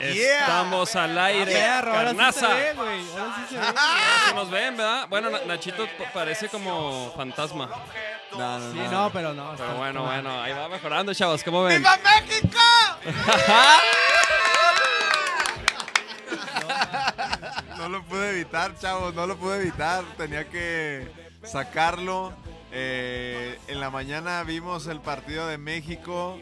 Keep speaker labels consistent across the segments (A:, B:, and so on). A: Yeah.
B: Estamos al aire.
C: Perro, ahora sí se
B: Carnaza.
C: ve, güey. Ahora sí se ve.
B: Ahora sí nos ven, ¿verdad? Bueno, Na- Nachito pa- parece como fantasma.
C: No, no, sí, no, pero no.
B: Pero bueno, bueno, ahí va mejorando, chavos. ¿Cómo ven?
A: ¡Viva México!
D: No lo pude evitar, chavos, no lo pude evitar. Tenía que sacarlo. Eh, en la mañana vimos el partido de México.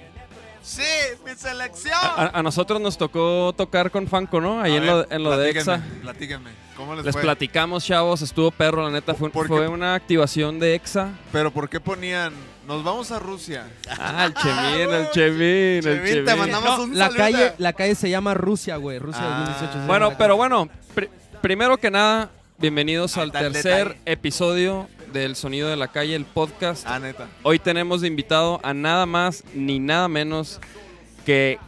D: ¡Sí, mi selección!
B: A, a nosotros nos tocó tocar con Fanco, ¿no? Ahí
D: A
B: Ah, en
D: ver,
B: lo, en lo de
D: platíquenme,
B: EXA.
D: Platíquenme, ¿cómo les,
B: Les
D: fue?
B: platicamos, chavos. Estuvo perro, la neta. Fue,
D: ¿Por qué?
B: fue una activación de EXA.
D: Pero ¿por qué ponían? Nos vamos a Rusia.
B: Ah, el Chemín, el Chemín, el
D: Chemín, te
B: Chemín.
D: mandamos-
C: No,
D: un
C: la,
D: saludo.
C: calle, la calle se llama Rusia, güey. Rusia
D: Ah.
C: 2018.
B: Bueno, pero bueno, pri- primero que nada, bienvenidos al
D: está el
B: tercer
D: detalle.
B: episodio del Sonido de la Calle, el podcast.
D: Ah, neta.
B: Hoy tenemos de invitado a nada más ni nada menos que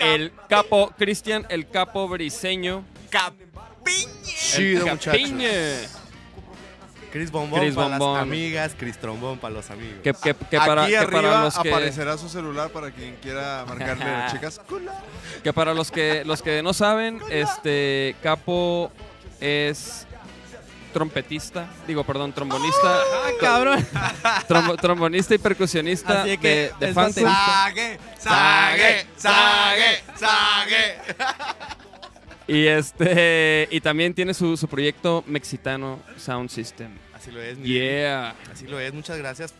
B: el capo Cristian, el capo briseño.
E: Chido,
B: el
E: muchachos.
B: Capiñe.
E: Cris Bombón
B: Cris
E: para
B: Bombón.
E: las amigas, Cris Trombón para los amigos.
B: Que, que- que
D: Aquí
B: para, que para
D: arriba
B: los que,
D: aparecerá su celular para quien quiera marcarle a las chicas.
B: que para los que los que no saben, este capo es trompetista, digo, perdón, trombonista,
C: Ah, cabrón.
B: trombo- trombonista y percusionista
C: Así
B: de,
C: que
B: de
C: es
B: Fanco.
C: baterista.
D: ¡Sague! ¡Sague! ¡Sague! ¡Sague!
B: y este y también tiene su, su proyecto mexicano Sound System.
E: Así lo es, mi-
B: Yeah.
E: Así lo es, muchas gracias.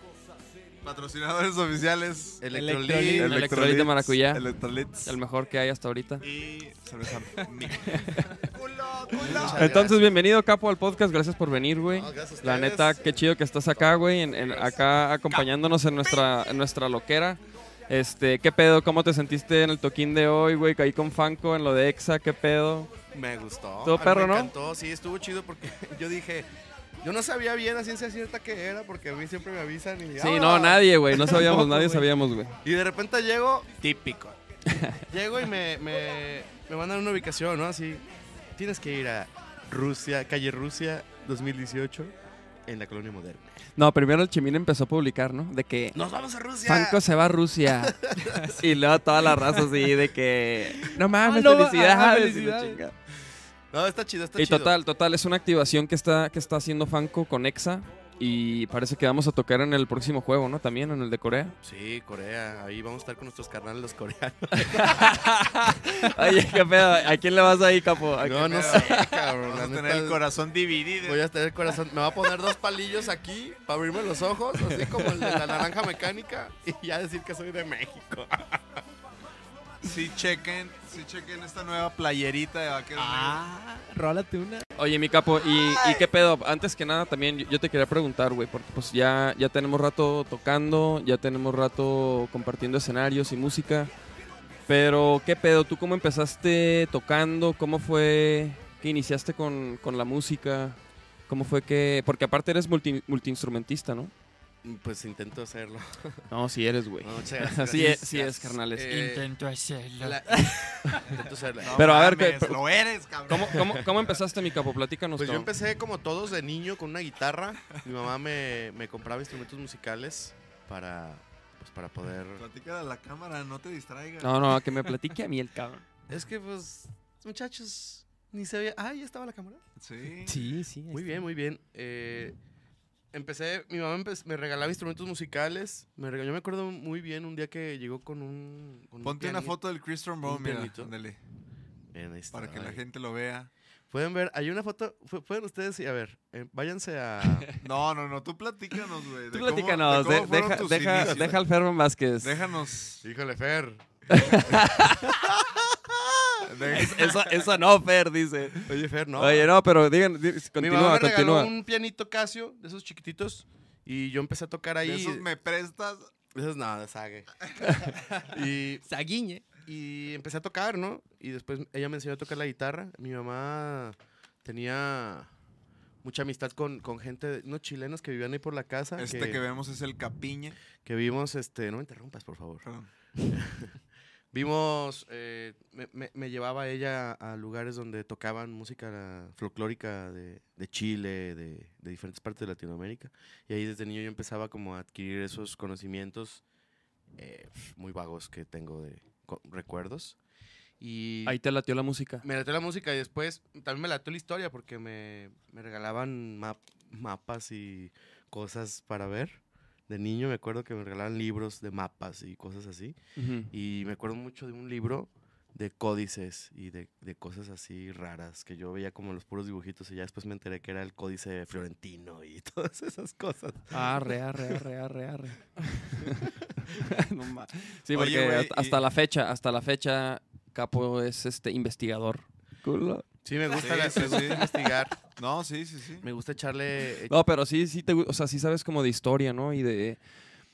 D: Patrocinadores oficiales.
E: Electrolit.
C: Electrolit.
B: Electrolit de
D: Electrolits,
B: maracuyá.
D: Electrolits.
B: El mejor que hay hasta ahorita.
D: Y cerveza Mick.
E: Muchas
B: Entonces,
E: gracias.
B: bienvenido, Capo, al podcast. Gracias por venir, güey.
E: No, gracias a
B: La
E: ustedes.
B: neta, qué chido que estás acá, güey. en- en- acá acompañándonos en nuestra, en nuestra loquera. Este, ¿qué pedo? ¿Cómo te sentiste en el toquín de hoy, güey? Caí con Fanco en lo de Exa, ¿qué pedo?
E: Me gustó.
B: Estuvo
E: a mí
B: perro,
E: me
B: ¿no?
E: encantó, sí, estuvo chido porque yo dije, yo no sabía bien a ciencia cierta qué era porque a mí siempre me avisan y
B: Sí,
E: "Ah".
B: no, nadie, güey. No sabíamos,
E: Tampoco,
B: nadie
E: güey.
B: sabíamos, güey.
E: Y de repente llego, típico. llego y me, me, me mandan una ubicación, ¿no? Así, tienes que ir a Rusia, calle Rusia 2018 en la colonia moderna.
B: No, primero el Chimín empezó a publicar, ¿no? De que
E: Nos vamos a Rusia.
B: Fanco se va a Rusia. y luego toda la raza así de que, no mames,
C: Ah, no, ah,
B: felicidades. y la
C: felicidades.
B: chingada.
E: No, está chido, está
B: Y
E: chido.
B: total, total, es una activación que está, que está haciendo Fanco con Exa. Y parece que vamos a tocar en el próximo juego, ¿no? También en el de Corea.
E: Sí, Corea. Ahí vamos a estar con nuestros carnales los coreanos.
B: Oye, qué pedo. ¿A quién le vas ahí, capo? ¿A
E: No,
B: quién?
E: no sé, cabrón.
D: Vamos a
E: la
D: tener
E: neta,
D: el corazón dividido.
E: Voy a tener el corazón. Me va a poner dos palillos aquí para abrirme los ojos, así como el de la naranja mecánica, y ya decir que soy de México.
D: Sí chequen, sí chequen esta nueva playerita de vaquero negro.
C: Ah, rólate una.
B: Oye, mi capo, ¿y, y qué pedo? Antes que nada, también yo, yo te quería preguntar, güey, porque pues ya, ya tenemos rato tocando, ya tenemos rato compartiendo escenarios y música. Pero, ¿qué pedo? ¿Tú cómo empezaste tocando? ¿Cómo fue que iniciaste con, con la música? ¿Cómo fue que...? Porque aparte eres multi- multiinstrumentista, ¿no?
E: Pues intento hacerlo.
B: No, sí eres, güey.
E: No, muchas gracias.
B: Así es, sí es, carnales.
E: Eh,
A: Intento hacerlo.
E: la- intento hacerlo.
D: No
B: Pero a ver,
D: mames,
B: que-
D: lo eres, cabrón.
B: ¿Cómo, cómo, cómo empezaste, mi capo? Platícanos.
E: Pues yo
B: cabrón.
E: empecé como todos de niño con una guitarra. Mi mamá me, me compraba instrumentos musicales para, pues, para poder...
D: Platícale a la cámara, no te distraigas.
B: No, no, que me platique a mí el cabrón.
E: Es que pues, muchachos, ni se veía... Ah, ya estaba la cámara.
D: Sí.
B: Sí, sí.
E: Muy bien, muy bien. Eh, empecé, mi mamá empe- me regalaba instrumentos musicales. Me rega- yo me acuerdo muy bien un día que llegó con un. con un
D: Ponte una
E: pianito.
D: foto del Chris Trombone,
E: Un
D: mira,
E: pianito.
D: ándale,
E: Bien, ahí está.
D: para que la
E: Ay.
D: gente lo vea.
E: Pueden ver, hay una foto. fu- Pueden ustedes, a ver, eh, váyanse a.
D: No, no, no, tú platícanos, güey. de
B: Tú
D: cómo- de
B: platícanos,
D: cómo
B: de-
D: fueron
B: deja,
D: tus
B: deja,
D: inicios.
B: deja al Ferman Vázquez.
D: Déjanos.
E: Híjole, Fer.
D: deja-
B: Eso, eso no, Fer, dice.
E: Oye, Fer, no.
B: Oye, no, pero digan, di-
E: mi mamá
B: continúa,
E: me regaló
B: continúa.
E: un pianito Casio de esos chiquititos. Y yo empecé a tocar ahí.
D: de esos me prestas.
E: de esos no, de sague. y
C: Saguiñe.
E: y empecé a tocar, ¿no? Y después ella me enseñó a tocar la guitarra. Mi mamá tenía mucha amistad con, con gente, unos chilenos que vivían ahí por la casa.
D: Este que, vemos es el Capiña.
E: que vimos, este, no me interrumpas, por favor.
D: Perdón.
E: Vimos, eh, me, me- me llevaba ella a lugares donde tocaban música folclórica de, de Chile, de, de diferentes partes de Latinoamérica. Y ahí desde niño yo empezaba como a adquirir esos conocimientos eh, muy vagos que tengo de reco- recuerdos. Y
B: Ahí te latió la música.
E: me latió la música y después también me latió la historia porque me, me regalaban map- mapas y cosas para ver. De niño me acuerdo que me regalaban libros de mapas y cosas así.
B: Ujú.
E: Y me acuerdo mucho de un libro de códices y de, de cosas así raras que yo veía como los puros dibujitos y ya después me enteré que era el códice florentino y todas esas cosas.
B: Arre, arre, arre, arre, arre. No ma- sí, porque
D: Oye, güey,
B: hasta, hasta
D: y-
B: la fecha, hasta la fecha, Capo es este investigador.
E: Sí, me gusta,
D: Sí,
E: la-
D: sí,
E: me gusta
D: sí.
E: investigar,
D: No, sí, sí, sí.
E: me gusta echarle... eh,
B: No, pero sí, sí te, gu- o sea, sí sabes como de historia, ¿no? Y de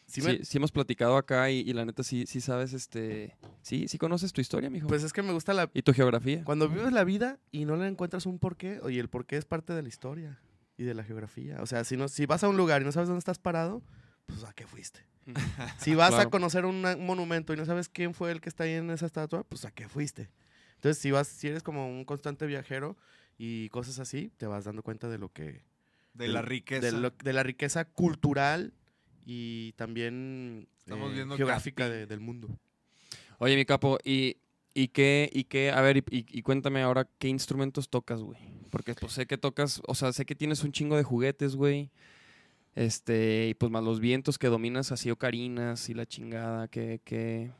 B: sí,
E: sí me-
B: sí hemos platicado acá y, y la neta sí, sí sabes, este, sí, sí conoces tu historia, mijo.
E: pues es que me gusta la,
B: y tu geografía.
E: Cuando vives la vida y no le encuentras un porqué, oye, el porqué es parte de la historia y de la geografía. O sea, si, no, si vas a un lugar y no sabes dónde estás parado, pues a qué fuiste. si vas
B: Claro.
E: a conocer una- un monumento y no sabes quién fue el que está ahí en esa estatua, pues a qué fuiste. Entonces, si vas, si eres como un constante viajero y cosas así, te vas dando cuenta de lo que,
D: De la riqueza.
E: de, lo- de la riqueza cultural y también eh,
D: Estamos viendo
E: geográfica de- del mundo.
B: Oye, mi Capo, y, y qué, y qué, a ver, y, y- y cuéntame ahora qué instrumentos tocas, güey. Porque pues sé que tocas, o sea, sé que tienes un chingo de juguetes, güey. Este, y pues más los vientos que dominas así ocarinas y la chingada, que, que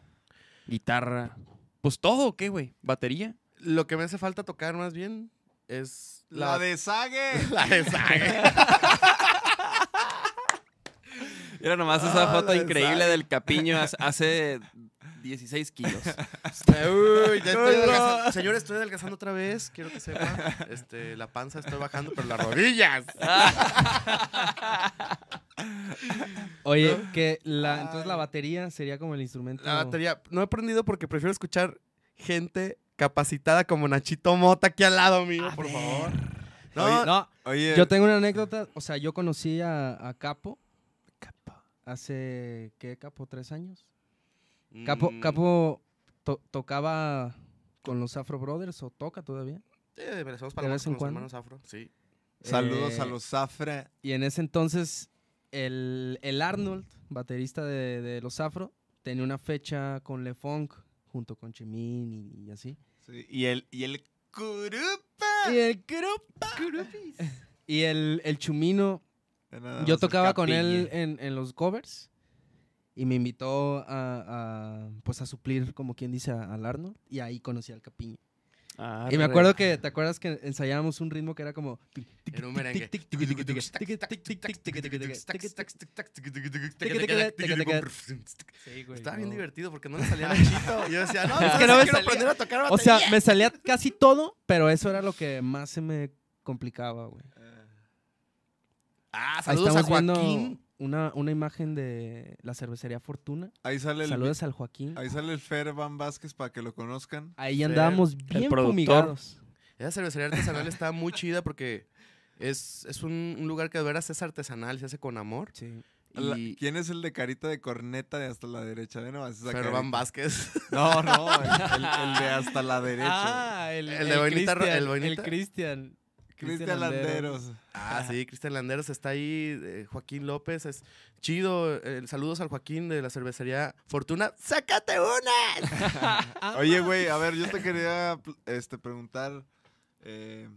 B: guitarra. Pues todo, ¿o ¿qué, güey? ¿Batería?
E: Lo que me hace falta tocar más bien es
D: La de Sage.
E: la de Zague.
B: Era nomás esa
E: Ah,
B: foto increíble del capiño hace 16 kilos.
E: Uy, ya estoy adelgazando. Señor, estoy adelgazando otra vez, quiero que sepa. Este, la panza estoy bajando, pero las rodillas.
C: Oye, que la, entonces la batería sería como el instrumento.
E: La batería, no he aprendido porque prefiero escuchar gente capacitada como Nachito Mota aquí al lado mío, por favor. No,
D: Oye,
C: No, eh.
D: Oye,
C: Yo tengo una anécdota, o sea, yo conocí a, a Capo. Hace, ¿qué, Capo? ¿Tres años? Capo,
E: mm,
C: Capo to- tocaba con los Afro Brothers, o toca todavía.
E: sí, de Venezuela
C: de
E: para
C: vez en
E: con los
C: cuando.
E: hermanos afro. Sí.
D: saludos
C: Eh,
D: a los Zafra.
C: Y en ese entonces, el, el Arnold, baterista de, de los Afro, tenía una fecha con Le Funk, junto con Chimín y, y así.
D: Sí, Y el, y el Curupa.
C: Y el Curupis. Y el, el Chumino
D: Era
E: Ah,
D: nada
C: Yo
D: más el
C: tocaba con él eh,
D: Capiñe.
C: en, en los covers y me invitó a, a, pues a suplir, como quien dice, a- al Arnold y ahí conocí al Capiño.
B: Ah,
C: Y me acuerdo que, ¿te acuerdas que ensayábamos un ritmo que era como...
E: Era un merengue.
C: Sí, güey,
E: Estaba bien
C: no.
E: divertido porque no le salía a Nachito. Yo decía, no,
C: Es que no me
E: ¿sabes qué? quiero
C: salía.
E: aprender a tocar batería.
C: O sea, me salía casi todo, pero eso era lo que más se me complicaba, güey.
E: ah,
C: Ahí
E: saludos a
C: estamos
E: Joaquín.
C: viendo una, una imagen de la cervecería Fortuna.
D: Ahí sale el,
C: Saludos al Joaquín.
D: ahí sale el Fer Van Vázquez para que lo conozcan.
C: Ahí andábamos bien
B: productor.
C: fumigados.
E: Esa cervecería artesanal está muy chida porque es, es un, un lugar que de veras es artesanal, se hace con amor.
C: Sí.
D: La-
E: Y
D: ¿Quién es el de carita de corneta de hasta la derecha? Ve nomás esa carita.
E: Ferván Vázquez.
D: No, no, el, el- el de hasta la derecha.
C: Ah, el,
E: El de vainita ro-
C: Cristian,
E: el vainita.
C: El Cristian.
D: Cristian Landeros.
E: Ah, sí, Cristian Landeros está ahí, eh, Joaquín López, es chido. eh, saludos al Joaquín de la cervecería Fortuna. ¡Sácate una!
B: Ah,
D: Oye, güey, a ver, yo te quería pl- este, preguntar. eh,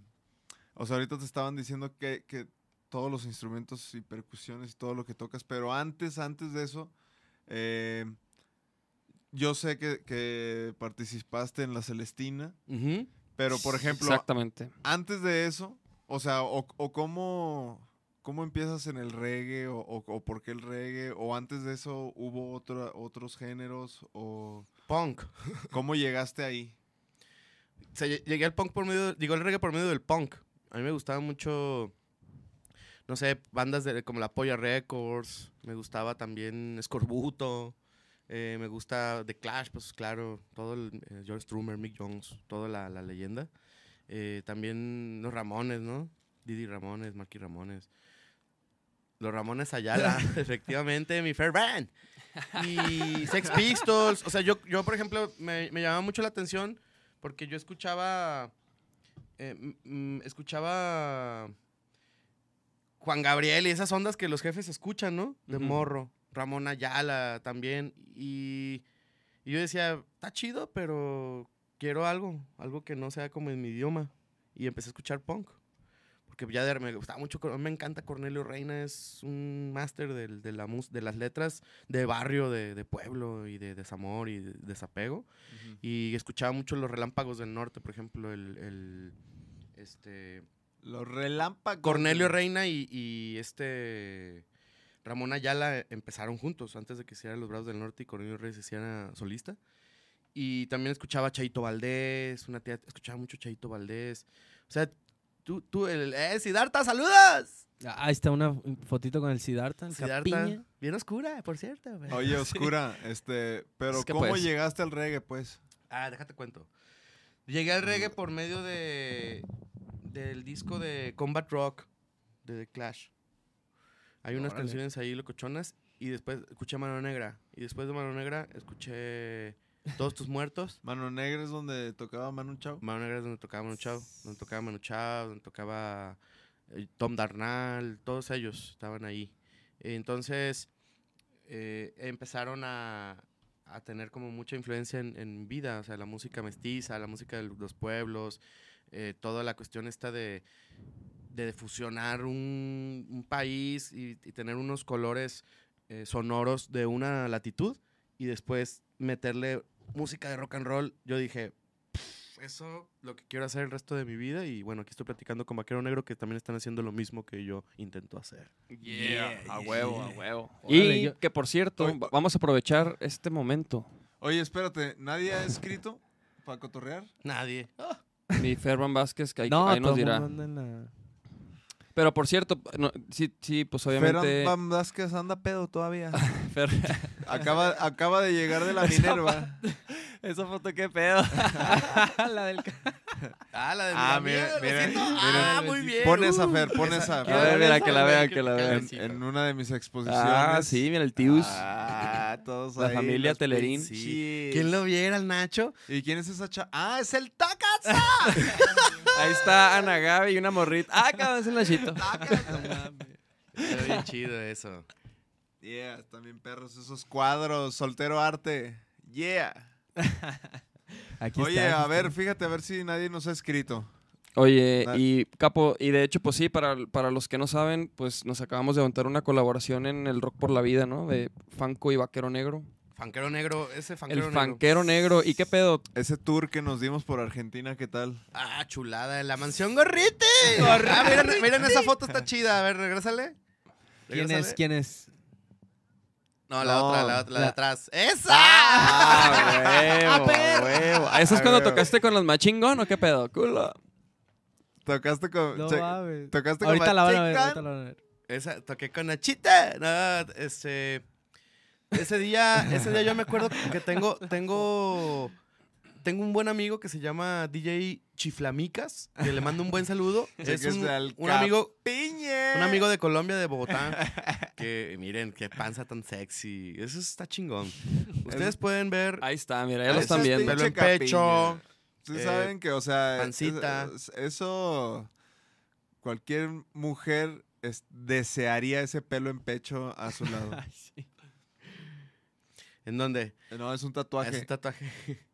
D: o sea, ahorita te estaban diciendo que, que todos los instrumentos y percusiones y todo lo que tocas, pero antes, antes de eso, eh, yo sé que, que participaste en La Celestina,
E: Ujú.
D: pero por ejemplo,
B: Exactamente.
D: antes de eso, o sea, o, o cómo, cómo empiezas en el reggae, o, o- o por qué el reggae, o antes de eso hubo otra- otros géneros, o
E: Punk.
D: cómo llegaste ahí.
E: O sea, lle- llegué al punk por medio, llegó el reggae por medio del punk. A mí me gustaba mucho, no sé, bandas de, como La Polla Records, me gustaba también Escorbuto, eh, me gusta The Clash, pues claro, todo el eh, George Strummer, Mick Jones, toda la, la leyenda. Eh, también los Ramones, ¿no? Didi Ramones, Marky Ramones. Los Ramones Ayala, efectivamente, mi fair band. Y Sex Pistols. O sea, yo, yo por ejemplo, me, me llamaba mucho la atención porque yo escuchaba. eh, m- m- escuchaba. Juan Gabriel y esas ondas que los jefes escuchan, ¿no? De
B: Ujú.
E: morro. Ramón Ayala también. Y, Y yo decía, está chido, pero quiero algo, algo que no sea como en mi idioma. Y empecé a escuchar punk. Porque ya de, me gustaba mucho, Cor- me encanta Cornelio Reina, es un máster del- de, la mus- de las letras de barrio, de, de pueblo y de desamor y de- desapego. Y escuchaba mucho los relámpagos del norte, por ejemplo, el, el, este,
D: Los relámpagos.
E: Cornelio Reina y, y este Ramón Ayala empezaron juntos antes de que hicieran Los Bravos del Norte y Cornelio Reina se hiciera solista. Y también escuchaba a Chaito Valdés, una tía, escuchaba mucho Chaito Valdés. O sea, tú, tú, el, ¡eh, Sidarta, saludas!
C: Ah, ahí está una fotito con el Siddhartha, el
E: Sidarta,
C: Capiña.
E: bien oscura, por cierto. güey.
D: Oye, Oscura, este, pero
B: Es que
D: ¿cómo
B: pues.
D: llegaste al reggae, pues?
E: Ah, déjate cuento. Llegué al reggae por medio de del disco de Combat Rock de The Clash. Hay unas
C: Órale.
E: canciones ahí locochonas y después escuché Mano Negra y después de Mano Negra escuché Todos tus muertos.
D: Mano Negra es donde tocaba Manu Chao.
E: Mano Negra es donde tocaba Manu Chao, donde tocaba Manu Chao, donde tocaba eh, Tom Darnal, todos ellos estaban ahí. Entonces eh, empezaron a, a tener como mucha influencia en, en vida, o sea, la música mestiza, la música de los pueblos, eh, toda la cuestión esta de, de fusionar un, un país y, y tener unos colores eh, sonoros de una latitud y después meterle música de rock and roll. Yo dije, eso lo que quiero hacer el resto de mi vida y bueno, aquí estoy platicando con Vaquero Negro que también están haciendo lo mismo que yo intento hacer.
B: a huevo, a huevo.
C: Órale,
B: y
C: yo-
B: que por cierto,
D: Oye.
B: va- vamos a aprovechar este momento.
D: Oye, espérate, ¿nadie ha escrito para cotorrear?
E: Nadie.
B: Mi Ferman Vázquez, que ahí,
C: No,
B: ahí nos
C: todo el
B: dirá.
C: mundo anda en la-
B: Pero por cierto, no, sí, sí, pues obviamente.
D: Ferran Van Vázquez anda pedo todavía.
B: Fer-
D: Acaba, acaba de llegar de la Minerva.
B: Esa foto, qué pedo.
C: la del ca-
E: Ah, la de
D: Ah, mira,
E: la mierda, lo
D: mira,
E: siento.
D: mira.
E: Ah, muy bien.
D: Pon esa,
E: uh.
D: Fer, pon esa.
E: que
B: A
D: Fer.
B: ver, mira,
E: esa,
B: que la
E: me
B: vean,
E: encanta,
B: que la
E: me
B: vean.
E: encanta.
D: En una de mis exposiciones.
B: ah, sí, mira el Tius.
D: Ah, todos
B: La
D: ahí,
B: familia
D: los
B: Telerín.
D: pinches.
E: ¿Quién lo viera, el Nacho?
D: ¿Y quién es esa chava? ¡Ah, es el Takatsa!
B: Ahí está Ana Gaby y una morrita. Ah, cabrón, es el Nachito.
E: Está bien chido eso.
D: Yeah, también perros esos cuadros, soltero arte. Yeah.
C: Aquí
D: Oye,
C: está, aquí
D: a ver, fíjate a ver si nadie nos ha escrito.
B: Oye,
D: Na-
B: y Capo, y de hecho, pues sí, para, para los que no saben, pues nos acabamos de levantar una colaboración en el Rock por la Vida, ¿no? De Fanco y Vaquero Negro.
E: Fanquero Negro, ese Fanquero
B: el
E: Negro.
B: Fanquero Negro. ¿Y qué pedo?
D: Ese tour que nos dimos por Argentina, ¿qué tal?
E: Ah, chulada, en la mansión Gorriti. Ah, miren, miren, esa foto está chida. A ver, regrésale.
C: ¿Quién
E: Regrésale.
C: es? ¿Quién es?
E: No, la
D: No,
E: otra, la, otra, la de
C: la-
E: atrás. ¡Esa!
B: Ah,
E: ¡A
B: huevo,
E: ver!
B: huevo. Ah, ¿Eso es
D: A
B: cuando
D: huevo.
B: tocaste con los más chingón o qué pedo? Culo.
D: Tocaste con.
C: No
D: che-
C: mames.
D: tocaste con
C: Ahorita la van a ver,
D: Machín
C: ahorita la van a ver.
E: Esa, toqué con Nachita. No, este. Ese día, ese día yo me acuerdo que tengo, tengo, tengo un buen amigo que se llama DJ Chiflamicas, que le mando un buen saludo.
D: Che,
E: Es
D: que
E: un,
D: sea el
E: un amigo,
D: Piñe.
E: un amigo de Colombia, de Bogotá, que miren, qué panza tan sexy. Eso está chingón. Ustedes pueden ver
B: Ahí está, mira, ya lo
D: Ese
B: están
D: es
B: viendo.
E: pelo
D: pinche
E: en pecho.
D: capiña. Ustedes
E: eh,
D: saben que, o sea. es-
E: pancita.
D: es- eso. Cualquier mujer es- desearía ese pelo en pecho a su lado.
C: Ay, sí.
E: ¿En dónde?
D: no, es un
E: Ah,
D: tatuaje.
E: Es un tatuaje.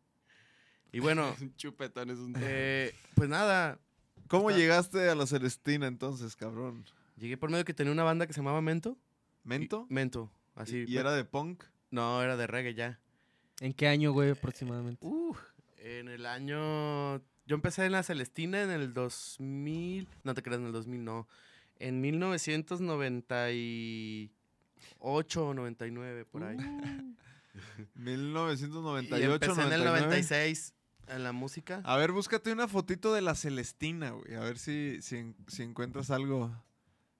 E: Y bueno,
B: un chupetón, es un...
E: eh, pues nada,
D: ¿Cómo
E: está-
D: llegaste a la Celestina entonces, cabrón?
E: llegué por medio que tenía una banda que se llamaba Mento.
D: ¿Mento?
E: Y- Mento. Así.
D: ¿Y, y era de punk?
E: No, era de reggae ya.
C: ¿En qué año, güey, aproximadamente?
E: Uh, en el año. Yo empecé en la Celestina en el 2000. No te creas, en el 2000, no. En 1998 o 99, por ahí.
D: Uh.
E: y
D: 1998,
E: empecé en el
D: 96.
E: 96 en la música.
D: A ver, búscate una fotito de la Celestina, güey. A ver si, si, en- si encuentras algo.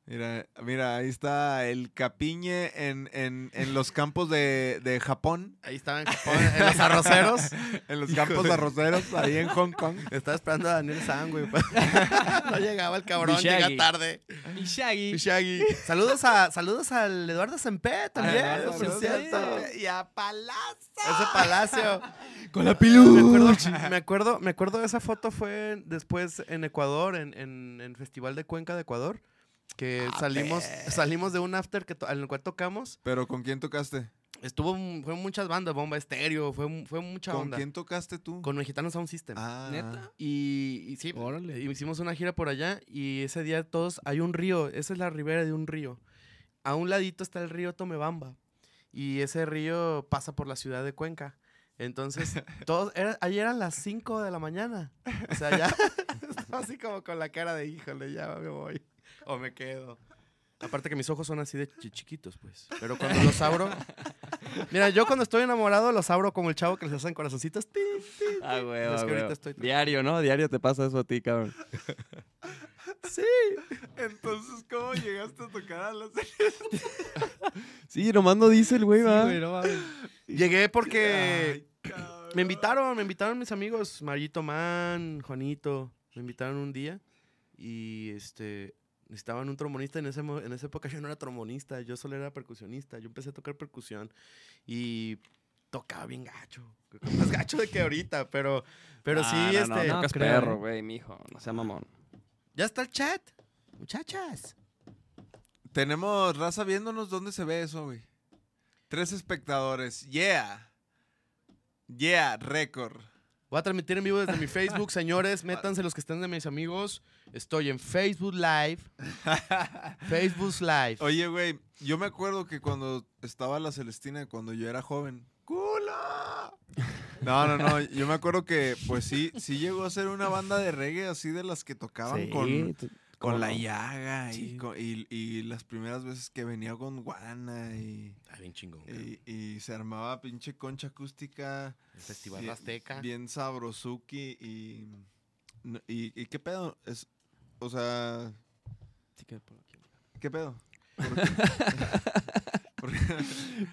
D: Mira, mira, ahí está el capiñe en, en, en los campos de, de Japón.
E: Ahí estaba en Japón, en los arroceros.
D: En los campos arroceros, ahí en Hong Kong.
E: Estaba esperando a Daniel San, güey. no llegaba el cabrón,
B: Mishagi.
E: llega tarde.
C: Y Shaggy. Ah,
E: Mishagi. Saludos, a, saludos al Eduardo Sempé también,
C: Eduardo
E: por
C: Sempé.
E: cierto.
D: Y a Palaz.
E: Ese palacio.
C: Con la
E: Me
C: pilu.
E: acuerdo, me, acuerdo, me acuerdo de esa foto fue en- después en Ecuador, en, en, en Festival de Cuenca de Ecuador,
D: Ah, pues.
E: que salimos, salimos de un after que to- en el cual tocamos
D: Pero ¿con quién tocaste?
E: Estuvo, fue muchas bandas, Bomba Estéreo, fue, fue mucha
D: ¿Con
E: onda.
D: quién tocaste tú?
E: Con Mexicanos Sound System.
D: Ah,
C: ¿Neta?
E: Y, y sí,
C: Órale.
E: y hicimos una gira por allá y ese día todos, hay un río, esa es la ribera de un río. A un ladito está el río Tomebamba y ese río pasa por la ciudad de Cuenca. Entonces, todos, era, ayer eran las 5 de la mañana. O sea, ya estaba así como con la cara de híjole, ya me voy o me quedo. Aparte que mis ojos son así de chi- chiquitos, pues. Pero cuando los abro... Mira, yo cuando estoy enamorado los abro como el chavo que les hacen corazoncitos. ¡tin!
B: Ah, güey,
E: Es que ahorita estoy-
B: Diario, ¿no? Diario te pasa eso a ti, cabrón.
D: Entonces, ¿cómo llegaste a tocar a las
B: Sí, nomás no dice el güey,
C: Sí,
B: va.
C: güey, no mames.
E: Llegué porque...
D: cabrón.
E: Me invitaron, me invitaron mis amigos, Marito Man, Juanito, me invitaron un día y este necesitaban un trombonista en ese mo- en esa época yo no era trombonista, yo solo era percusionista, yo empecé a tocar percusión y tocaba bien gacho, más gacho de que ahorita, pero pero sí
B: Ah, no, no,
E: este
B: tocas
C: creo,
B: perro,
C: eh.
B: güey, mijo. No sea mamón.
E: ya está el chat. Muchachas.
D: Tenemos raza viéndonos dónde se ve eso, güey. Tres espectadores. Yeah. Yeah, récord.
E: Voy a transmitir en vivo desde mi Facebook, señores. Métanse los que estén de mis amigos. Estoy en Facebook Live. Facebook Live.
D: Oye, güey, yo me acuerdo que cuando estaba la Celestina, cuando yo era joven. ¡Culo! No, no, no. Yo me acuerdo que, pues sí, sí llegó a ser una banda de reggae así de las que tocaban con, con la llaga y
E: Sí.
D: con- y, y las primeras veces que venía con Guana y,
E: Ah, bien chingón. cabrón.
D: y- y se armaba pinche concha acústica.
E: El Festival
D: Bien-
E: Azteca.
D: Bien sabrosuki y, no- y. y qué pedo? Es, o sea, ¿qué pedo? ¿Por qué? ¿Por qué?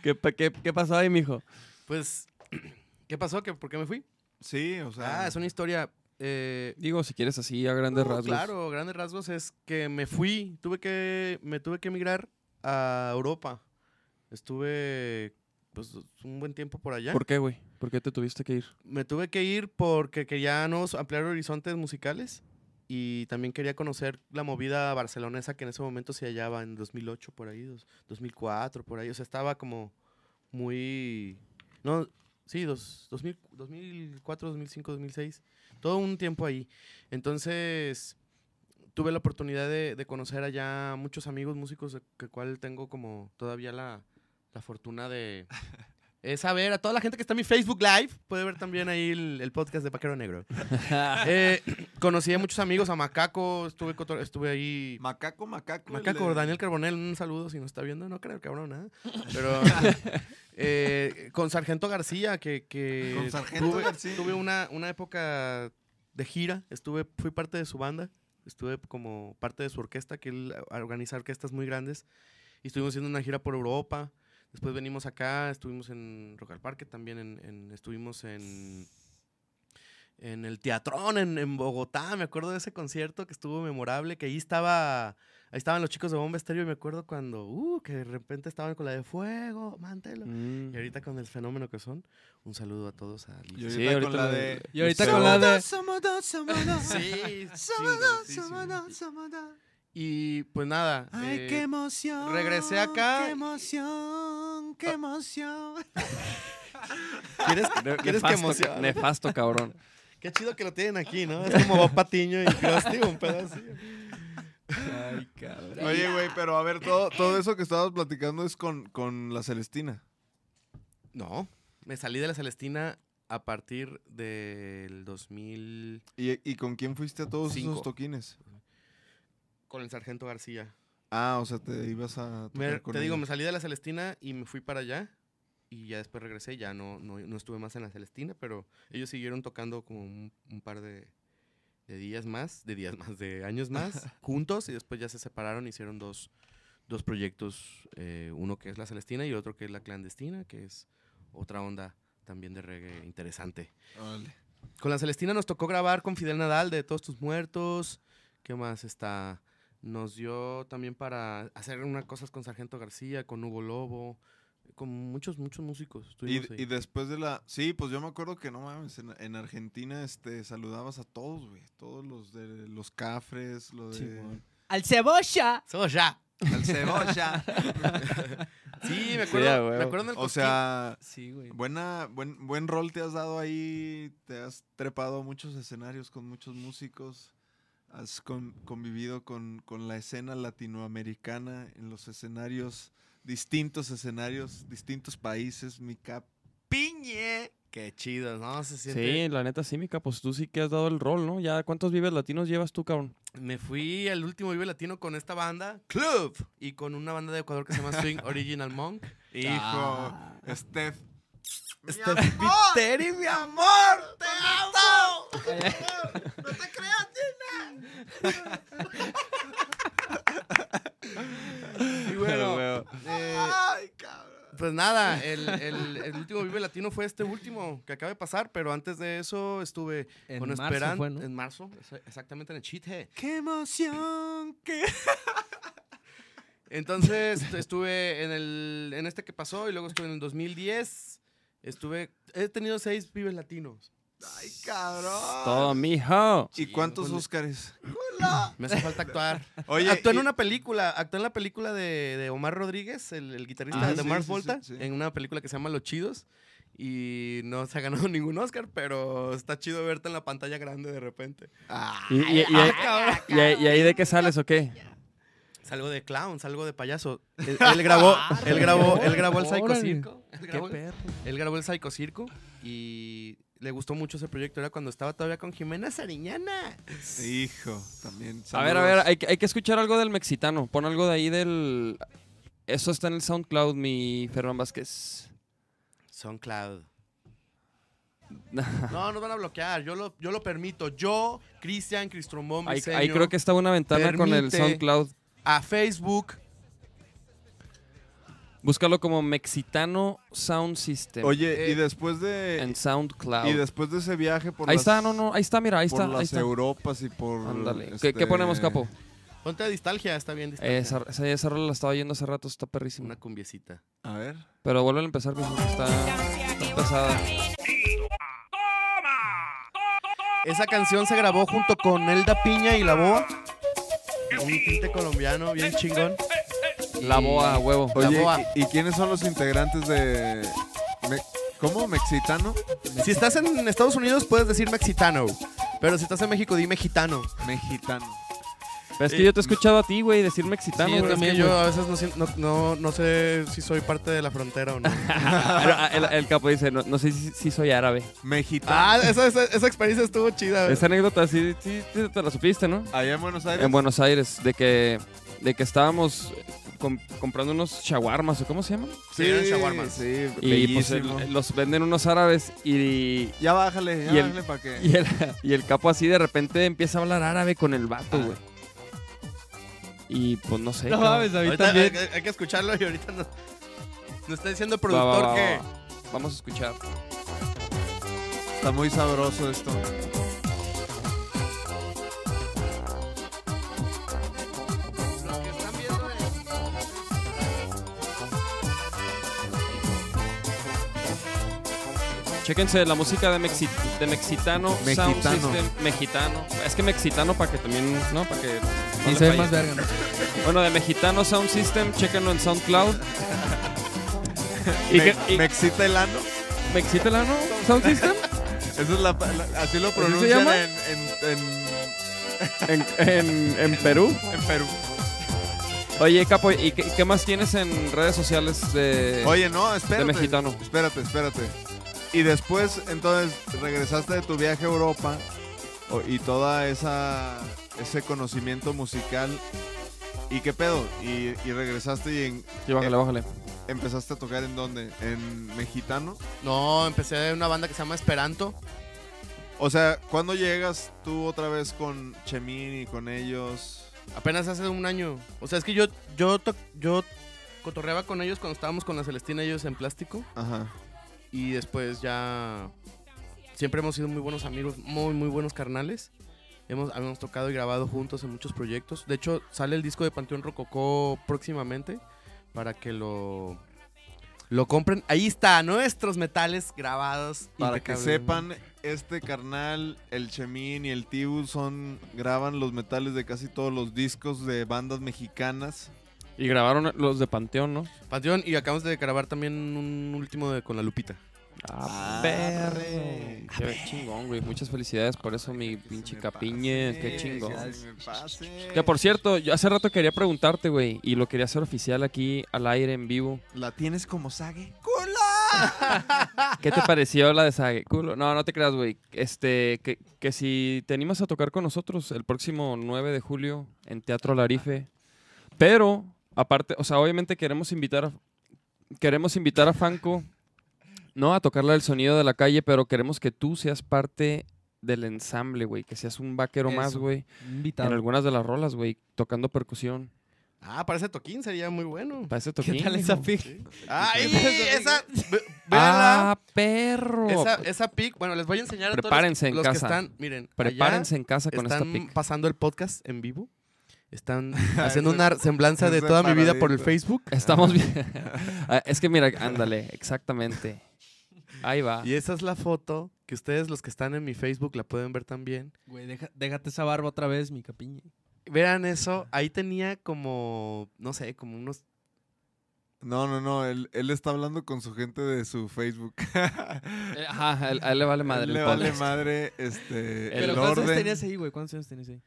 B: ¿Qué, pa- qué, ¿Qué pasó ahí, mijo?
E: Pues, ¿qué pasó? ¿Qué, ¿Por qué me fui?
D: Sí, o sea.
E: Ah, es una historia. eh,
B: Digo, si quieres así, a grandes
E: no,
B: rasgos.
E: Claro, grandes rasgos es que me fui, tuve que, me tuve que emigrar a Europa. Estuve, pues, un buen tiempo por allá.
B: ¿Por qué, güey? ¿Por qué te tuviste que ir?
E: Me tuve que ir porque quería no, ampliar horizontes musicales y también quería conocer la movida barcelonesa que en ese momento se hallaba en 2008 por ahí, dos- 2004 por ahí. O sea, estaba como muy... No, sí, dos, 2000 2004, 2005, 2006. Todo un tiempo ahí. Entonces, tuve la oportunidad de, de conocer allá muchos amigos músicos, de que cual tengo como todavía la, la fortuna de... Es a ver, a toda la gente que está en mi Facebook Live, puede ver también ahí el, el podcast de Paquero Negro. Eh, conocí a muchos amigos, a Macaco, estuve, cotor- estuve ahí.
D: Macaco, macaco.
E: Macaco,
D: el-
E: Daniel Carbonel, un saludo si no está viendo, no creo, cabrón, nada. Pero eh, con Sargento García, que, que
D: Con Sargento
E: tuve,
D: García.
E: tuve una, una época de gira, estuve, fui parte de su banda, estuve como parte de su orquesta, que él a- organiza orquestas muy grandes, y estuvimos haciendo una gira por Europa, después venimos acá, estuvimos en Rock al Parque también, en, en- estuvimos en... En el Teatrón, en, en Bogotá, me acuerdo de ese concierto que estuvo memorable, que ahí estaba Ahí estaban los chicos de Bomba Estéreo y me acuerdo cuando, uh, que de repente estaban con la de fuego, mantelo.
B: Mm.
E: Y ahorita con el fenómeno que son, un saludo a todos. A
D: Y ahorita,
B: Sí, ahorita
D: con la
B: lo-
D: de.
C: Y ahorita
D: Pero-
C: con la de.
A: Somos dos, somos dos.
E: Sí,
A: Somos dos,
E: chingoncísimo.
A: somos dos, somos dos.
E: Y pues nada.
A: Ay,
E: eh,
A: qué emoción.
E: regresé acá
A: Qué
E: y-
A: emoción, qué
E: Ah.
A: emoción.
E: ¿quieres,
B: Ne-
E: quieres que
B: nefasto,
E: emocione?
B: ca- Nefasto, cabrón.
E: Qué chido que lo tienen aquí, ¿no? Es como Bob Patiño y Krusty, un pedacito.
D: Oye, güey, pero a ver, todo, todo eso que estabas platicando es con, con la Celestina.
E: No, me salí de la Celestina a partir del 2000
D: ¿Y, y con quién fuiste a todos
E: Cinco.
D: esos toquines?
E: con el Sargento García.
D: Ah, o sea, te ibas a. Tocar
E: Me-
D: con
E: te digo, me
D: ellos.
E: salí de la Celestina y me fui para allá. Y ya después regresé, ya no, no, no estuve más en la Celestina, pero ellos siguieron tocando como un, un par de, de días más, de días más, de años más, juntos. Y después ya se separaron, hicieron dos, dos proyectos, eh, uno que es la Celestina y otro que es la Clandestina, que es otra onda también de reggae interesante.
D: Órale.
E: Con la Celestina nos tocó grabar con Fidel Nadal de Todos tus muertos. ¿Qué más está? Nos dio también para hacer unas cosas con Sargento García, con Hugo Lobo, con muchos, muchos músicos. estuvimos
D: Y,
E: ahí.
D: y después de la. Sí, pues yo me acuerdo que no mames, en, en Argentina este, saludabas a todos, güey. Todos los de los cafres, los de.
C: Simón.
A: Al cebolla.
E: ¡Soy ya!
D: Al cebolla.
E: Sí, me
B: Sí, a
E: acuerdo,
B: huevo.
E: me acuerdo en el
D: O
E: Cosquín.
D: sea,
C: Sí, güey.
D: buena, buen, buen rol te has dado ahí. Te has trepado a muchos escenarios con muchos músicos. Has con- convivido con, con la escena latinoamericana en los escenarios, distintos escenarios, distintos países. Mi capiñe.
E: Qué chido, ¿no? Se
B: Sí,
E: siente.
B: la neta sí, mi capo, pues tú sí que has dado el rol, ¿no? Ya, ¿cuántos vives latinos llevas tú, cabrón?
E: Me fui al último Vive Latino con esta banda, Club, y con una banda de Ecuador que se llama Swing Original Monk.
D: Hijo,
C: Ah.
D: Steph. ¡Mi
E: Steph
D: amor!
E: Piteri,
D: mi amor, te amo. No te creas,
E: Y bueno, eh,
D: Ay, cabrón.
E: Pues nada, el, el- el último Vive Latino fue este último que acaba de pasar, pero antes de eso estuve
C: En
E: con
C: marzo
E: Esperanza
C: fue, ¿no?
E: en marzo, exa- exactamente en el Chithe.
A: ¡Qué emoción! ¡Qué
E: Entonces estuve en el en este que pasó y luego estuve en el 2010. Estuve he tenido seis Vives Latinos.
D: Ay, cabrón.
B: Todo, mijo.
D: ¿Y cuántos
E: Híjole.
D: Óscares?
E: Me hace falta actuar.
D: Oye,
E: actué en
D: y-
E: una película, actué en la película de, de Omar Rodríguez, el, el guitarrista
D: Ah,
E: de The
D: sí,
E: Mars
D: sí, sí,
E: Volta,
D: sí.
E: en una película que se llama Los Chidos. Y no se ha ganado ningún Oscar, pero está chido verte en la pantalla grande de repente.
D: Ah,
B: ¿Y, y- y- y- y- y ahí de qué sales o qué?
E: Salgo de clown, salgo de payaso. Él, él grabó,
B: Ah,
E: él grabó, él grabó el Psycho
C: Órale.
E: Circo. Él grabó, el- él grabó el Psycho Circo y le gustó mucho ese proyecto. Era cuando estaba todavía con Jimena Sariñana.
D: hijo, también.
B: A ver, a ver, hay, que- hay que escuchar algo del mexicano. Pon algo de ahí del... Eso está en el SoundCloud, mi Ferran Vázquez.
E: Son Cloud. No, nos van a bloquear. Yo lo, yo lo permito. Yo, Cristian, Cristrombón,
B: Ahí, ahí creo que está una ventana con el
E: Permite.
B: SoundCloud.
E: a Facebook.
B: Búscalo como Mexitano Sound System
D: Oye, y
E: Eh,
D: después
B: este, en
D: de
B: SoundCloud.
D: y después de ese viaje por
B: ahí
D: las,
B: está, no, no, ahí está, mira, ahí
D: por
B: está.
D: las
B: Ahí está.
D: Europas y por
B: Ándale. ¿Qué- ¿Qué,
D: este,
B: ponemos, capo?
E: Ponte a distalgia, está bien distalgia.
B: Esa, esa, esa rola la estaba oyendo hace rato, está perrísima.
E: Una cumbiecita.
D: A ver.
B: Pero vuelve a empezar, mijo, que está, está pesada.
E: Esa canción se grabó junto con Elda Piña y La Boa. Un tinte colombiano bien chingón.
B: La boa, a huevo.
E: La
D: Oye,
E: boa.
D: ¿y, y quiénes son los integrantes de Me- ¿Cómo? ¿Mexicano?
E: Si estás en Estados Unidos puedes decir mexicano, pero si estás en México dime gitano.
D: Mexicano.
B: Pero es que yo te he escuchado a ti, güey, decir mexicano.
E: Sí, yo
B: güey.
E: también, yo a veces no, sien- no, no- no sé si soy parte de la frontera o no.
B: Ah, El, el capo dice, no, no sé si, si soy árabe.
D: Mexicano.
E: ah, esa, esa- esa experiencia estuvo chida.
B: Esa anécdota sí, sí, sí te la supiste, ¿no?
D: Allá en Buenos Aires.
B: En Buenos Aires, de que, de que estábamos eh, com- comprando unos shawarmas, ¿o cómo se llaman?
E: Sí, eran shawarmas.
D: Sí,
B: Y pues, el-
D: bellísimo.
B: los venden unos árabes y,
D: Ya bájale, ya
B: y el-
D: bájale para que.
B: y, el, y el capo así de repente empieza a hablar árabe con el vato, güey. Y pues no sé.
C: No
B: cabrón.
C: mames, a mí
E: Ahorita eh,
C: también.
E: Hay, hay que escucharlo y ahorita nos, nos está diciendo el
B: Va, va,
E: productor
B: va,
E: que...
B: va. Vamos a escuchar.
D: Está muy sabroso esto.
E: Los que están viendo en-
B: Chéquense la música de, Mexi- de Mexitano, Sound
D: Mexitano.
B: System, Mexitano. Es que Mexitano para que también, ¿no? Para que... no
C: Y
B: le
C: se ve
B: falle.
C: más verga, ¿no?
B: Bueno, de Mexitano Sound System, chéquenlo en SoundCloud. y
D: Me,
B: que, y-
D: me excita el ano.
B: ¿Mexitelano Sound System?
D: Eso es la, la- así lo
B: se
D: pronuncian
B: llama?
D: en, en, en,
B: en, en- en Perú.
D: en Perú.
B: Oye, Capo, ¿y qué, qué más tienes en redes sociales de,
D: Oye, no,
B: de
D: espérate.
B: Mexitano?
D: Espérate, espérate. Y después, entonces, regresaste de tu viaje a Europa o- y toda esa ese conocimiento musical. ¿Y qué pedo? Y, y regresaste y en-
B: Sí, bájale, bájale.
D: empezaste a tocar en dónde? ¿En mexicano?
E: No, empecé en una banda que se llama Esperanto.
D: O sea, ¿cuándo llegas tú otra vez con Chemín y con ellos?
E: Apenas hace un año. O sea, es que yo, yo, to- yo cotorreaba con ellos cuando estábamos con la Celestina ellos en plástico.
D: Ajá.
E: Y después ya... Siempre hemos sido muy buenos amigos, muy, muy buenos carnales. Hemos, habíamos tocado y grabado juntos en muchos proyectos. De hecho, sale el disco de Panteón Rococó próximamente para que lo, lo compren. Ahí está, nuestros metales grabados.
D: Para que
E: impecablemente.
D: sepan, este carnal, el Chemín y el Tibu son graban los metales de casi todos los discos de bandas mexicanas.
B: Y grabaron los de Panteón, ¿no?
E: Panteón, y acabamos de grabar también un último de- con la Lupita.
B: Ah,
D: perro.
B: Qué chingón, güey. Muchas felicidades por eso, mi pinche capiñe. Qué chingón. Que por cierto, yo hace rato quería preguntarte, güey, y lo quería hacer oficial aquí al aire en vivo.
D: ¿La tienes como sague?
B: ¿Qué te pareció la de Sage? Culo. No, no te creas, güey. Este, que, que si te animas a tocar con nosotros el próximo 9 de julio en Teatro Larife. Pero, aparte, o sea, obviamente queremos invitar a, queremos invitar a Fanco, no a tocarla el sonido de la calle, pero queremos que tú seas parte del ensamble, güey. Que seas un vaquero más,
C: Eso.
B: güey. En
C: Invitado.
B: algunas de las rolas, güey, tocando percusión.
E: Ah, para ese toquín sería muy bueno.
B: Para ese
C: ¿Qué
B: toquín,
C: tal
B: hijo.
C: esa pic?
E: ¡Ay! esa. ve- véanla.
B: Ah, perro.
E: Esa, esa pic, bueno, les voy a enseñar a todos los-
B: Ah, Prepárense en
E: los,
B: casa.
E: que están, miren,
B: Prepárense en casa
E: allá
B: con esta
E: están
B: pic.
E: pasando el podcast en vivo. Están haciendo una semblanza de
D: ese
E: toda mi vida por el
D: paradito.
E: Facebook.
B: Estamos bien. Ah, es que mira, ándale, exactamente. Ahí
D: Ah.
B: va.
E: Y esa es la foto que ustedes los que están en mi Facebook la pueden ver también.
C: Güey, deja- déjate esa barba otra vez, mi capiña.
E: Vean eso, ahí tenía como, no sé, como unos...
D: No, no, no. Él, él está hablando con su gente de su Facebook.
B: Eh, Ajá, a él, a él le vale madre.
D: Él
B: el
D: le vale
B: podcast.
D: madre este, el,
B: Pero
C: ¿cuántos años
D: orden.
C: tenías ahí, güey? ¿Cuántos años tenías ahí?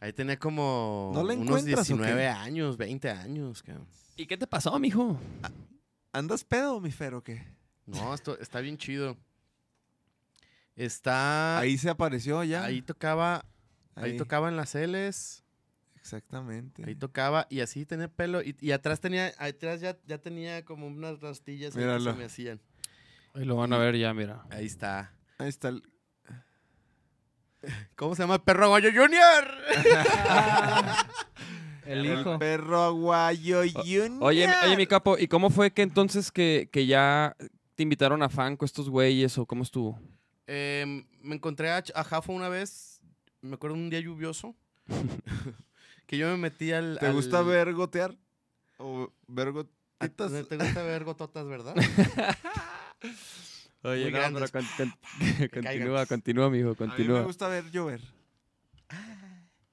E: Ahí tenía como
D: ¿No la
E: unos
D: encuentras o qué?
E: 19 años, 20 años. cabrón.
B: ¿Y qué te pasó, mijo?
D: ¿Andas pedo, mi Fer, o qué?
E: No, esto está bien chido.
B: Ah,
E: Está... Ahí,
D: Ahí se apareció ya.
E: tocaba, ahí,
D: Ahí.
E: tocaba en las L's.
D: Exactamente.
E: Ahí tocaba y así tenía pelo. Y, y atrás tenía, atrás ya, ya tenía como unas rastillas ahí que se
D: Míralo.
E: me hacían.
B: Ahí lo van a ver ya, mira.
E: Ahí está.
D: Ahí está. el-
E: ¿Cómo se llama el perro Goyo Junior?
C: El
D: El
C: hijo.
D: perro aguayo Junior.
B: Oye, mi- oye, mi capo, ¿y cómo fue que entonces que, que ya te invitaron a Fanco estos güeyes o cómo estuvo?
E: Em, me encontré a, Ch- a Jafo una vez, me acuerdo un día lluvioso, que yo me metí al...
D: ¿Te
E: al-
D: gusta ver gotear? ¿O ver
E: a-
D: gotitas?
E: te gusta ver gototas, ¿verdad?
B: Oye,
E: Muy no, grandes.
B: continúa,
E: continúa,
B: continúa, mijo,
D: A mí me
B: continúa.
D: gusta ver llover.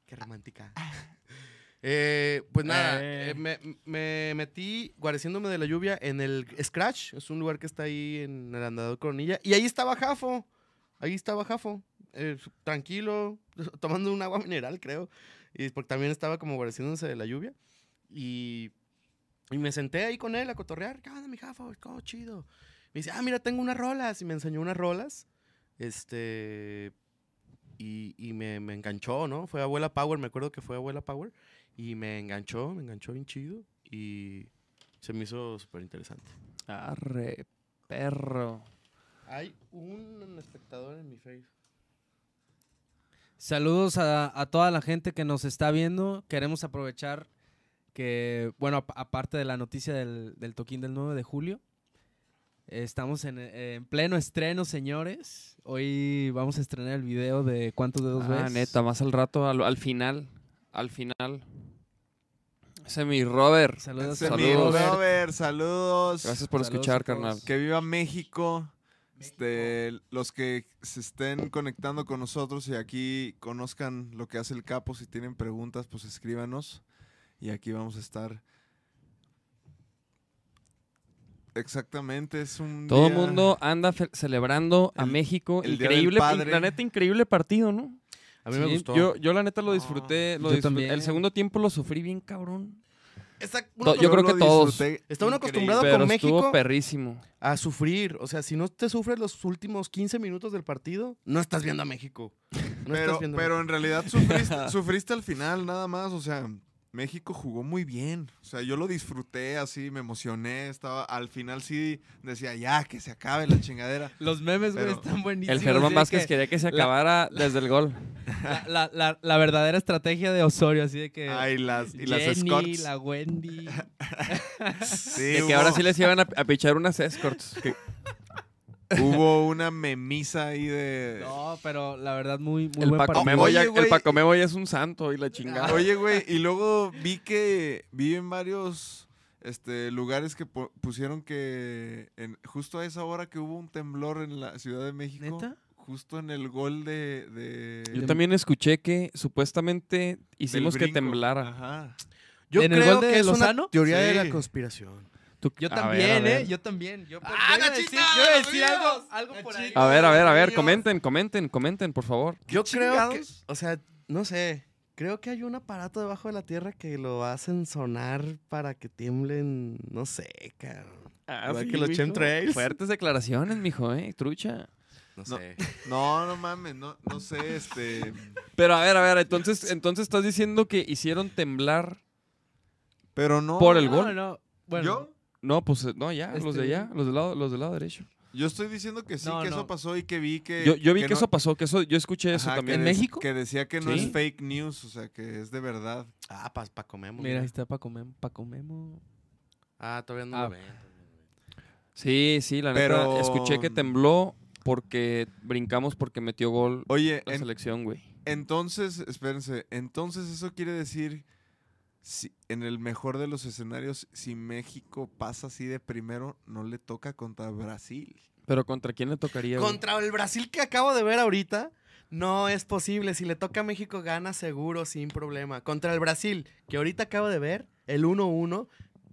E: Qué romántica. Eh, pues nada,
B: Eh.
E: eh, me, me metí guareciéndome de la lluvia en el Scratch. Es un lugar que está ahí en el andador Coronilla. Y ahí estaba Jafo. Ahí estaba Jafo. eh, tranquilo, tomando un agua mineral, creo. Y porque también estaba como guareciéndose de la lluvia. Y, y me senté ahí con él a cotorrear. ¿Qué onda, mi Jafo? ¿Cómo chido? Me dice, ah, mira, tengo unas rolas. Y me enseñó unas rolas. Este. Y, y me, me enganchó, ¿no? Fue Abuela Power, me acuerdo que fue Abuela Power. Y me enganchó, me enganchó bien chido. Y se me hizo súper interesante.
B: Arre, perro.
E: Hay un espectador en mi face.
C: Saludos a, a toda la gente que nos está viendo. Queremos aprovechar que, bueno, ap- aparte de la noticia del, del toquín del 9 de julio, eh, estamos en, eh, en pleno estreno, señores. Hoy vamos a estrenar el video de ¿Cuántos dedos
B: Ah,
C: ves?
B: neta, más al rato, al, al final. Al final. Semi Robert.
C: Saludos,
D: Ese es mi
B: Saludos.
D: Robert, saludos.
B: Gracias por
C: Saludos
B: escuchar,
C: a todos.
B: carnal.
D: Que viva México. Este, los que se estén conectando con nosotros y aquí conozcan lo que hace el capo, si tienen preguntas, pues escríbanos. Y aquí vamos a estar. Exactamente, es un.
B: Todo el
D: día-
B: mundo anda fe- celebrando a
D: El-
B: México.
D: el Día del
B: increíble, pa-
D: Padre.
B: la neta, increíble partido, ¿no?
E: A mí me
B: Sí,
E: gustó.
B: Yo, yo la neta lo disfruté. lo
C: Yo
B: disfrut-
C: también.
B: El segundo tiempo lo sufrí bien, cabrón.
E: Está
B: To-
E: uno,
B: yo creo
D: lo
B: que todos.
D: disfruté
E: Está
D: increíble.
E: uno acostumbrado- Comparado
B: Pero
E: con
B: estuvo
E: México.
B: perrísimo.
E: a sufrir. O sea, si no te sufres los últimos 15 minutos del partido, no estás viendo a México. No
D: pero,
E: estás viendo a
D: pero en realidad sufriste, sufriste al final, nada más. O sea, México jugó muy bien. O sea, yo lo disfruté así, me emocioné. Estaba, al final sí decía, ya, que se acabe la chingadera.
C: Los memes, güey,
D: Pero-
C: están buenísimos.
B: El Germán
C: así de
B: Vázquez
C: que
B: quería que se acabara desde el gol.
C: la, la- la- la verdadera estrategia de Osorio, así de que...
D: Ay, las, Ah, y las
C: Jenny,
D: escorts.
C: la Wendy...
D: Sí,
B: De que
D: hubo-
B: ahora sí les iban a, a pichar unas escorts. Que-
D: Hubo una memisa ahí de.
C: No, pero la verdad, muy, muy
B: el,
C: buen
B: Paco
C: partido.
B: Memo ya,
D: Oye,
B: el
D: güey.
B: Paco Memo ya es un santo y la chingada.
D: Oye, güey, y luego vi que vi en varios este, lugares que po- pusieron que en, justo a esa hora que hubo un temblor en la Ciudad de México,
C: ¿Neta?
D: justo en el gol de, de-
B: Yo también escuché que supuestamente
D: del
B: hicimos que
D: brinco.
B: temblara.
D: Ajá.
E: México. Yo
C: ¿En el
E: creo
C: gol de
E: que es
C: Lozano?
E: una teoría de
D: Sí.
E: la conspiración.
C: Yo
B: A
C: también,
B: ver, a
C: ¿eh?
B: ver.
C: Yo también. Yo por-
E: ¡Ah,
C: yo iba a decir,
E: Nachita,
C: yo iba a
E: los
C: decir algo, algo por ahí.
B: A ver, a ver, a ver, comenten, comenten, comenten, por favor.
E: Yo creo que,
D: chingados?
E: o sea, no sé, creo que hay un aparato debajo de la tierra que lo hacen sonar para que tiemblen, no sé, cabrón.
B: Ah,
E: Igual que los chemtrails.
B: Fuertes declaraciones, mijo, eh, trucha.
E: No
D: No.
E: sé.
D: No, no mames, no, no sé, este.
B: Pero a ver, a ver, entonces, entonces estás diciendo que hicieron temblar.
D: Pero no.
B: Por el
C: No,
B: gol.
C: no, Bueno,
D: Yo,
B: No, pues eh, no, ya, los de
C: Este-
B: allá, los del lado, los del lado derecho.
D: yo estoy diciendo que sí,
C: No,
D: que
C: no.
D: eso pasó y que vi Eh, que.
B: Yo, yo vi que,
D: no-
B: eso pasó, que eso, yo escuché eso
D: Ajá, que
B: también.
C: ¿En
D: de-
C: México?
D: Que decía que no
B: Sí.
D: es fake news, o sea, que es de verdad.
E: Ah, para pa comemos.
C: mira,
E: mira.
C: ahí está Paco Memo. Paco Memo.
E: Ah, todavía no
C: Ah.
E: lo ven.
B: Sí, sí, la neta,
D: Pero-
B: escuché que tembló porque brincamos porque metió gol
D: Oye,
B: la
D: en-
B: selección, güey.
D: entonces, espérense, entonces eso quiere decir, si, en el mejor de los escenarios, si México pasa así de primero, no le toca contra Brasil.
B: Pero contra quién le tocaría, güey?
E: Contra el Brasil que acabo de ver ahorita, no es posible. Si le toca a México, gana seguro, sin problema. Contra el Brasil, que ahorita acabo de ver, el 1-1,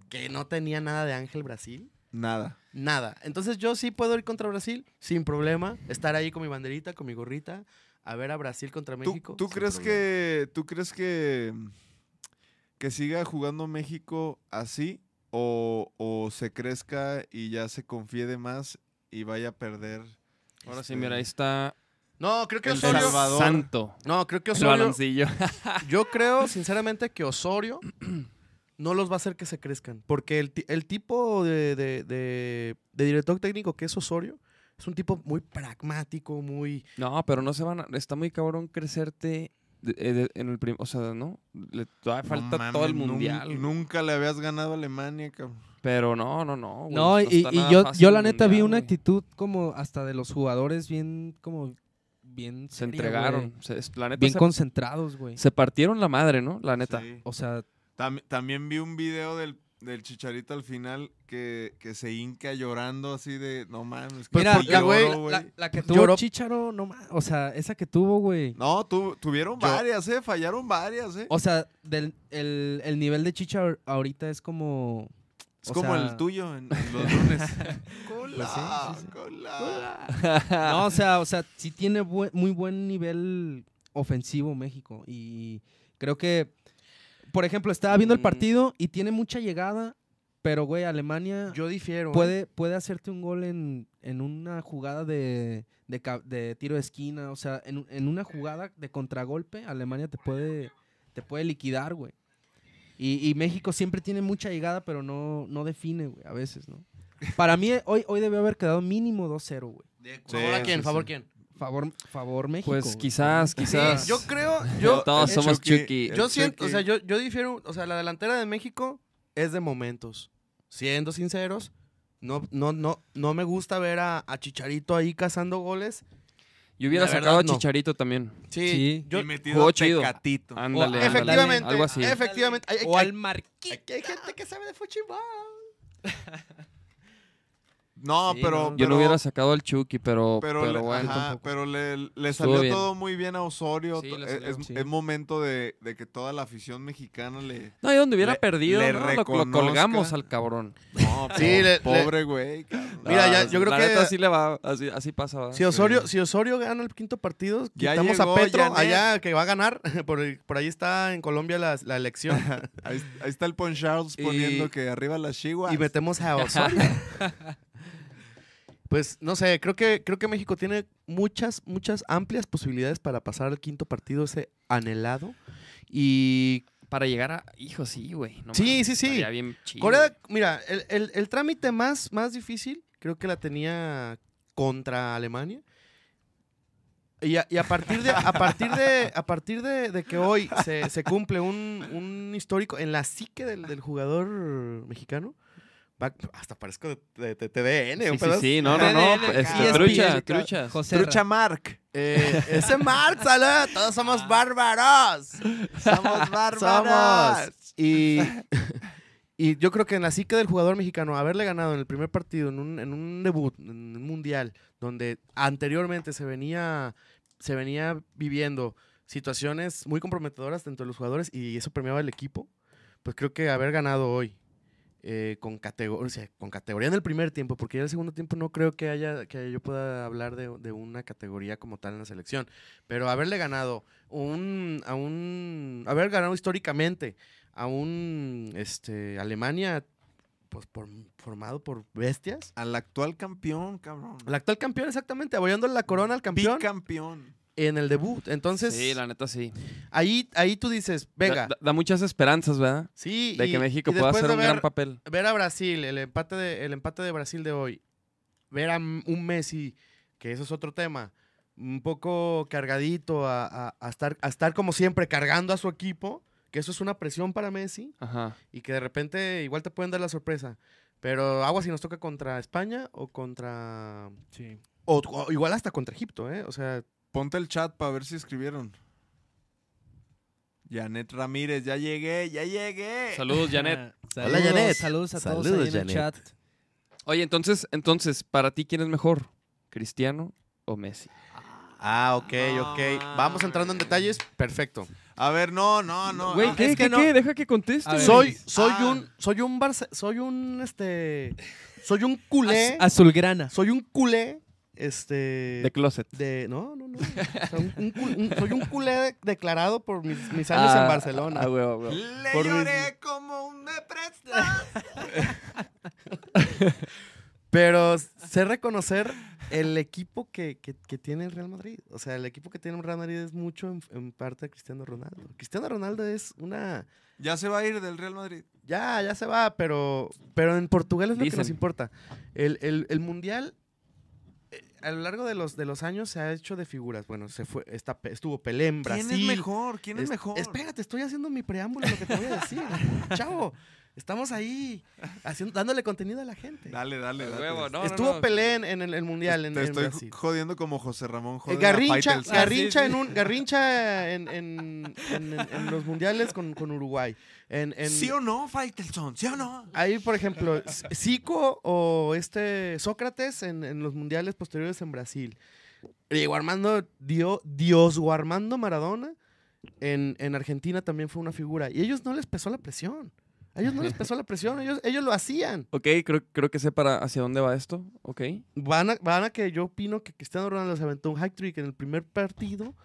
E: que no tenía nada de Ángel Brasil.
D: Nada.
E: Nada. Entonces yo sí puedo ir contra Brasil, sin problema. Estar ahí con mi banderita, con mi gorrita, a ver a Brasil contra
D: ¿Tú-
E: México.
D: ¿Tú,
E: sin
D: crees
E: problema.
D: que tú crees que mm, que siga jugando México así o, o se crezca y ya se confíe de más y vaya a perder?
B: Ahora sí,
D: este,
B: mira, ahí está
E: No, creo que
B: el
E: Osorio...
D: Salvador.
B: Santo.
E: No, creo que
B: El
E: Osorio...
B: baloncillo.
E: Yo creo, sinceramente, que Osorio no los va a hacer que se crezcan. Porque el, ti- el tipo de, de- de- de director técnico que es Osorio es un tipo muy pragmático, muy.
B: No, pero no se van a... Está muy cabrón crecerte de- eh, de- en el primer... O sea, ¿no? Le todavía
D: no
B: falta
D: mames,
B: todo el
D: nun-
B: mundial. güey.
D: Nunca le habías ganado a Alemania, cabrón.
B: Pero no, no, no. güey,
C: No, y,
B: está
C: y
B: nada
C: yo,
B: fácil
C: yo
B: el
C: la neta vi
B: mundial,
C: una
B: güey.
C: actitud como hasta de los jugadores bien, como bien...
B: Se
C: seria,
B: entregaron.
C: güey.
B: Se, es- la neta,
C: Bien
B: se,
C: concentrados, güey.
B: se partieron la madre, ¿no? La neta.
D: Sí.
C: O sea,
D: Tam- también vi un video del, del Chicharito al final que, que se hinca llorando así de no mames. que
E: Pues
C: mira,
D: sí
E: porque
C: la,
D: lloro,
E: güey,
D: güey".
C: la- la que tuvo
E: Lloró.
C: Chicharo, no ma- O sea, esa que tuvo, güey.
D: No, tu- tuvieron
E: Yo-
D: varias, eh, fallaron varias, eh.
C: O sea, del, el, el nivel de Chicharo ahorita es como...
D: es
C: o
D: como
C: sea-
D: el tuyo en, en los lunes.
C: Pues
D: cola,
C: sí, sí, sí.
D: cola.
E: Ah.
C: No, o sea, o sea, sí tiene bue- muy buen nivel ofensivo México. Y creo que, por ejemplo, estaba viendo el
E: Mm.
C: partido y tiene mucha llegada, pero, güey, Alemania
E: Yo difiero. ¿eh?
C: puede, puede hacerte un gol en, en una jugada de, de, ca- de tiro de esquina. O sea, en, en una jugada de contragolpe, Alemania te puede, te puede liquidar, güey. Y, y México siempre tiene mucha llegada, pero no, no define, güey, a veces, ¿no? Para mí, eh, hoy, hoy debió haber quedado mínimo 2-0, güey.
E: ¿Favor a quién?
D: sí,
E: ¿Favor
D: sí.
E: quién?
C: Favor, favor México.
B: Pues
C: güey.
B: quizás, quizás.
E: yo creo. Yo,
B: Todos
E: eh,
B: somos
D: Chucky.
B: Chucky.
E: yo
D: el
E: siento. O
D: Chucky.
E: sea, yo, yo difiero. O sea, la delantera de México es de momentos. Siendo sinceros. No, no, no, no me gusta ver a, a Chicharito ahí cazando goles.
B: Yo hubiera
E: La verdad,
B: sacado a
E: no.
B: Chicharito también.
E: Sí,
C: Sí.
E: yo-
D: y metido
B: Jugó chido. Ah,
D: Tecatito.
B: Ándale, ándale,
E: efectivamente,
B: Algo así.
E: efectivamente. Hay- hay-
C: o
E: hay-
C: al Marquín.
E: hay, hay gente que sabe de fútbol.
D: No,
C: Sí,
D: pero,
C: no.
B: Yo
D: pero-
B: no hubiera sacado al Chucky, pero, pero,
D: pero le,
B: bueno.
D: ajá,
B: tampoco.
D: pero le- le
B: Estuvo
D: salió
B: bien.
D: todo muy bien a Osorio.
B: Sí,
D: to-
B: le
D: es,
B: salió,
D: es-
B: sí.
D: es momento de, de que toda la afición mexicana le.
B: No, y donde hubiera
D: Le-
B: perdido,
D: le
B: ¿no? Lo- lo,
D: reconozca.
B: colgamos al cabrón.
D: No,
E: Sí,
D: po-
E: le- le-
D: pobre güey. cabrón.
E: Mira,
B: Ah,
E: ya- yo creo
B: la
E: que-
B: Neta, así le va, así, así pasa. ¿verdad?
E: Si Osorio, si Osorio gana el quinto partido,
D: Ah, Ya
E: quitamos
D: llegó
E: a Petro
D: Janet.
E: allá que va a ganar. Por, el- por ahí está en Colombia la, la elección.
D: Ahí, ahí está el Pon Charles
E: Y-
D: poniendo que arriba las chihuas.
E: y metemos a Osorio. pues no sé, creo que, creo que México tiene muchas, muchas amplias posibilidades para pasar al quinto partido, ese anhelado. Y
B: Para llegar a. Hijo, sí, güey. no
E: Sí,
B: mames,
E: sí, sí.
B: estaría bien chido.
E: Corea, mira, el, el- el trámite más, más difícil creo que la tenía contra Alemania. Y a, y a partir de a partir de a partir de, de que hoy se, se cumple un, un histórico en la psique del, del jugador mexicano, va- hasta parezco de, de- de TDN.
B: Sí,
E: un
B: sí,
E: pedazo.
B: sí, no, no, no.
D: TDN,
B: este,
D: cabrón.
B: trucha,
C: ESPN,
B: trucha.
C: José
D: Trucha
C: Ra-
D: Mark.
E: Eh, ese Marx, ¿sale? todos
B: Ah.
E: somos bárbaros.
D: Somos
E: Somos.
D: bárbaros.
E: Y, y yo creo que en la psique del jugador mexicano, haberle ganado en el primer partido, en un, en un debut, en un mundial, donde anteriormente se venía, se venía viviendo situaciones muy comprometedoras dentro de los jugadores y eso premiaba al equipo, pues creo que haber ganado hoy eh, con, categoría, con categoría en el primer tiempo, porque ya en el segundo tiempo no creo que haya que yo pueda hablar de, de una categoría como tal en la selección, pero haberle ganado un, a un, haber ganado históricamente a un este, Alemania pues por- formado por bestias,
D: Al actual campeón, cabrón.
E: al actual campeón exactamente, apoyando la corona al campeón
D: Bicampeón.
E: en el debut, entonces
B: Sí, la neta sí. Da-
E: ahí, ahí tú dices, venga,
B: Da, da muchas esperanzas, ¿verdad?
E: sí,
B: De
E: y-
B: que México
E: y
B: pueda
E: después
B: hacer
E: de
B: un
E: ver-
B: gran papel.
E: ver a Brasil, el empate de, el empate de Brasil de hoy, ver a m- un Messi, que eso es otro tema, un poco cargadito a, a- a estar, a estar como siempre cargando a su equipo, que eso es una presión para Messi
B: Ajá.
E: y que de repente igual te pueden dar la sorpresa. Pero agua si nos toca contra España o contra...
C: Sí.
E: O, o igual hasta contra Egipto, ¿eh? O sea,
D: Ponte el chat para ver si escribieron. Janet Ramírez, ya llegué, ya
E: Eh,
D: llegué.
B: Saludos, Janet.
E: Hola, Janet.
C: Saludos a todos
E: Saludos,
C: ahí en el
E: Janet.
C: chat.
B: Oye, entonces, entonces, ¿para ti quién es mejor? ¿Cristiano o Messi?
E: ah, ok,
D: No
E: ok. Vamos entrando en
D: mames.
E: detalles. Perfecto.
D: A ver, no, no, no.
B: Güey,
D: Ah,
B: ¿qué,
C: es
B: qué,
C: que no.
B: qué? Deja que conteste.
C: A ver.
E: Soy, soy
D: Ah.
E: un, soy un Barce- soy un, este, soy un culé.
C: Az- azulgrana.
E: soy un culé, este...
B: De closet.
E: de- no, no, no. O sea, un- un cul- un- soy un culé de- declarado por mis, mis años en
B: Ah,
E: Barcelona.
B: ah, huevo, huevo.
D: Le
E: Por
D: lloré como un me presta.
E: Pero sé reconocer el equipo que, que- que tiene el Real Madrid. O sea, el equipo que tiene el Real Madrid es mucho en, en parte de Cristiano Ronaldo. Cristiano Ronaldo es una...
D: Ya se va a ir del Real Madrid.
E: Ya, ya se va, pero, pero en Portugal es lo que nos
B: Dicen.
E: importa. El, el- el Mundial, eh, a lo largo de los, de los años, se ha hecho de figuras. Bueno, se fue, está, Pe- estuvo Pelé en Brasil.
D: ¿Quién es mejor? ¿Quién es,
E: Es-
D: mejor?
E: Espérate, estoy haciendo mi preámbulo, lo que te voy a decir. Chavo, estamos ahí haciendo, dándole contenido a la gente.
D: Dale, dale, dale.
B: Huevo, no, no,
E: Estuvo
B: no.
E: Pelé en, en el, el Mundial, en,
D: Te
E: en
D: estoy
E: Brasil.
D: jodiendo como José Ramón
E: Eh,
D: jode a
E: Garrincha,
D: Faitelson.
E: Garrincha
B: Ah, sí,
E: en un Garrincha en, en- en- en- en los mundiales con, con Uruguay. En, en-
D: ¿Sí o no, Faitelson? ¿Sí o no?
E: Ahí, por ejemplo, S- Zico o este Sócrates en, en los mundiales posteriores en Brasil. Diego Armando, dio, Dios Armando Maradona en, en Argentina también fue una figura. Y ellos no les pesó la presión. A ellos no les pesó la presión, ellos, ellos lo hacían.
B: Ok, creo, creo que sé para hacia dónde va esto. Ok.
E: Van a, van a que yo opino que Cristiano Ronaldo se aventó un hat-trick en el primer partido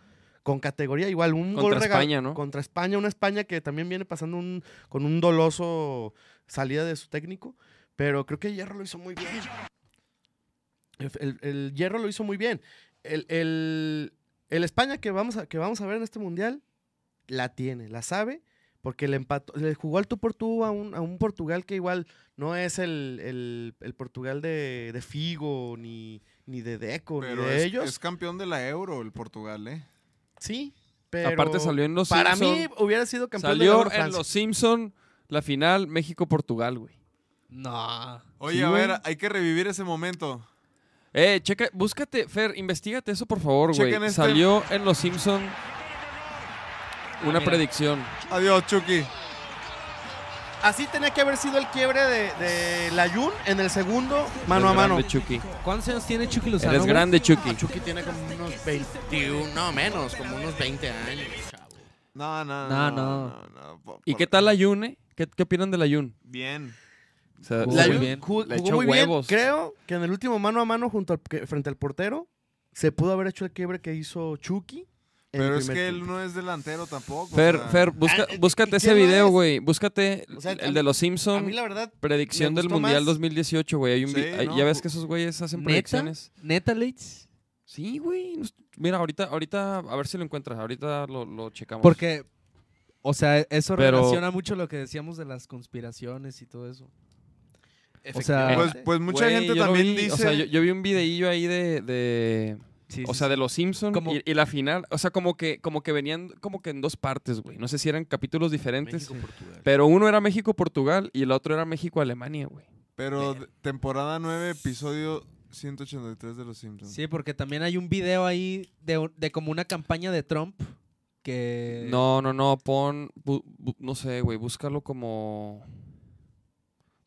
E: con categoría igual, un gol
B: Contra
E: rega-
B: España, ¿no?
E: Contra España, una España que también viene pasando un, con un doloso salida de su técnico, pero creo que Hierro lo hizo muy bien. El, el- el Hierro lo hizo muy bien. El, el- el España que vamos, a, que vamos a ver en este mundial la tiene, la sabe, porque le, empató, le jugó al tú por tú a un, a un Portugal que igual no es el, el- el Portugal de, de Figo, ni, ni de Deco, ni
D: Pero
E: de
D: es,
E: ellos.
D: es campeón de la Euro el Portugal, ¿eh?
E: Sí, pero.
B: Aparte salió en los
E: Para
B: Simpson.
E: mí hubiera sido campeón de la
B: Salió
E: Euro
B: en
E: Francia.
B: Los Simpson la final México-Portugal, güey.
C: No.
D: Oye,
E: Sí,
D: a ver,
E: güey.
D: hay que revivir ese momento.
B: Eh, checa, búscate, Fer, investigate eso, por favor, güey.
D: Chequen este.
B: Salió en Los Simpson
E: Ah,
B: una
C: mira.
B: predicción.
D: Adiós, Chucky.
E: Así tenía que haber sido el quiebre de, de la Jun en el segundo, mano a
B: Eres
E: mano.
B: grande, Chucky.
C: ¿Cuántos años tiene Chucky Lozano?
B: Eres
C: güey?
B: grande, Chucky.
E: Chucky tiene como unos 21, no menos, como unos 20 años, chavo.
D: No, no, no.
C: No, no.
D: no, no, por-
B: ¿Y
D: por-
B: qué tal la Yune? ¿Qué, qué opinan de la Yun?
D: Bien.
B: O sea,
C: Jugó
E: La
C: muy
E: Jun
C: bien.
E: jugó,
B: Le
E: jugó
B: echó
E: muy bien.
B: huevos.
E: Creo que en el último mano a mano junto al, que- frente al portero se pudo haber hecho el quiebre que hizo Chucky. en el
D: Pero es
E: primer
D: que él
E: tiempo.
D: no es delantero tampoco. o
B: Fer,
D: sea.
B: Fer, busca-
E: Ah, ¿y-
B: búscate
E: y
B: ese
E: quién no
B: video,
E: es?
B: güey. Búscate
E: O sea, a
B: el de
E: mí-
B: Los
E: A
B: Simpson,
E: mí la verdad
B: predicción
E: me
B: del
E: gustó
B: Mundial
E: más.
B: 2018, güey. Hay un vi-
D: Sí,
B: hay-
D: no,
B: Ya ves
D: pues-
B: que esos güeyes hacen
C: ¿Neta?
B: predicciones.
C: ¿Neta, Leitz?
B: Sí, güey. nos- Mira, ahorita, ahorita, a ver si lo encuentras. Ahorita lo, lo checamos.
C: Porque, o sea, eso
B: Pero-
C: relaciona mucho lo que decíamos de las conspiraciones y todo eso. O sea,
D: Pues,
E: eh,
D: pues mucha
B: Güey,
D: gente
B: yo lo
D: también
B: vi,
D: dice.
B: O sea, yo, yo vi un videillo ahí de. de-
C: Sí,
B: o
C: sí,
B: sea,
C: sí.
B: de los Simpsons
C: Como-
B: y, y la final. O sea, como que, como que venían como que en dos partes, güey. No sé si eran capítulos
C: Pues,
B: diferentes. Pero uno era México-Portugal y el otro era México-Alemania, güey.
D: Pero de- temporada 9, episodio 183 de Los Simpsons.
C: Sí, porque también hay un video ahí de, un- de como una campaña de Trump que...
B: No, no, no, pon, bu- bu- no sé, güey, búscalo como...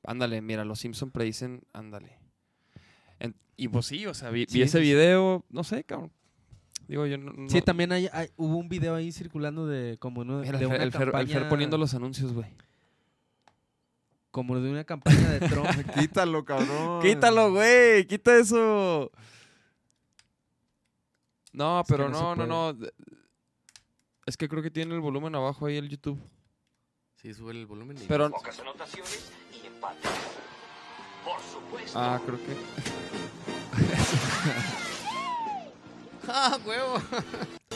B: Ándale, mira, los Simpson predicen, ándale. En- y pues sí, o sea, vi, vi
C: Sí,
B: ese
C: sí, sí.
B: video, no sé, cabrón. Digo, yo no...
C: Sí,
B: no-
C: también hay, hay- hubo un video ahí circulando de como uno,
B: Mira,
C: de
B: el, Fer,
C: una
B: el Fer- el Fer
C: campaña-
B: poniendo los anuncios, güey.
C: como de una campaña de Trump.
D: Quítalo, cabrón.
B: Quítalo, güey, quita eso. No,
C: que
B: pero
C: no se
B: no, no, no. Es que creo que tiene el volumen abajo ahí el YouTube.
E: Sí, sube el volumen. y-
B: Pero
F: pocas anotaciones y empate. Por supuesto.
B: ah, creo que
E: ¡Ah, huevo!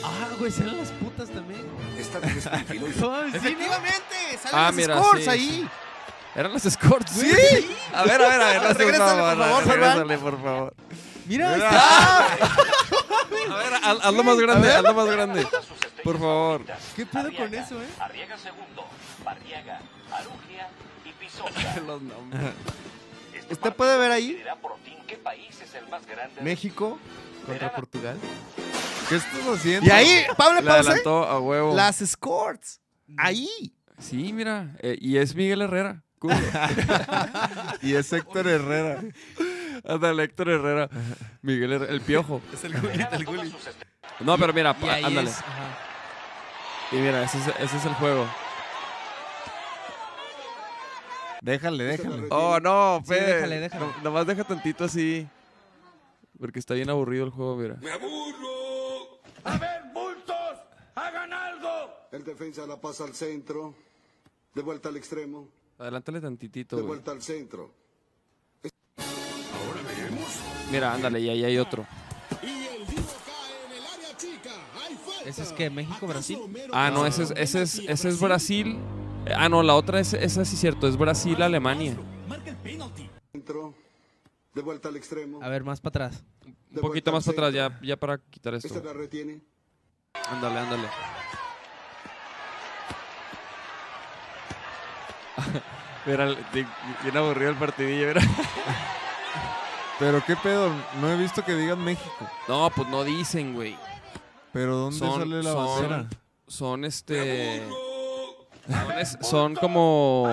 C: ah, güey, salen las putas también.
F: Está bien escogido y
E: ¡Efectivamente! ¡Salen
B: Ah,
E: las
B: mira,
E: scores
B: sí,
E: ahí!
B: eran las escorts.
E: Sí.
B: A ver, a ver, a ver, las
E: Regrésale, por favor, Ferran.
B: regrésale, por favor.
C: Mira, ahí está.
D: ¡Ah!
B: A ver, haz- hazlo más grande, hazlo más grande. Por favor.
C: ¿Qué pedo con eso, eh?
F: Arriaga segundo, Barriaga, Arugia y Pisoca.
D: Los nombres.
F: ¿Usted puede ver ahí? qué país es el más grande.
D: México.
E: Contra Portugal.
D: ¿Qué estás haciendo?
E: Y ahí, Pablo
B: Le
E: Pause,
B: adelantó a huevo.
E: las scores. Ahí.
B: Sí, mira. eh, y es Miguel Herrera. Culo.
D: Y es Héctor Herrera.
B: Ándale, Héctor Herrera. Miguel Herrera, el piojo.
E: Es el gol,
F: Gana todas sus est-
B: No, pero mira,
C: Y ahí
B: ándale.
C: es, ajá.
B: Y mira, ese es, ese es el juego.
D: Déjale, déjale.
B: Oh, no,
C: Sí,
B: Fede.
C: déjale, déjale.
B: No- nomás deja tantito así. Porque está bien aburrido el juego, mira.
G: El defensa la pasa al centro. De vuelta al extremo.
B: Adelántale tantitito,
G: De
B: güey.
G: vuelta al centro.
B: Mira, ándale, y ahí hay otro.
C: Ese es que México-Brasil.
B: Ah, no, ese es, ese es, ese es Brasil. Eh, Ah, no, la otra es, esa sí es cierto, es Brasil-Alemania.
G: Centro. De vuelta al extremo.
C: A ver, más para atrás.
B: Un poquito más para atrás, ya, ya para quitar
G: Este
B: esto.
G: la retiene.
B: Ándale, ándale. Mira, el- bien- bien aburrido el partidillo, mira.
D: Pero qué pedo, no he visto que digan México.
B: No, pues no dicen, güey.
D: Pero ¿dónde
B: Son-
D: sale la
B: son-
D: bandera?
B: Son este. Son, es- son como.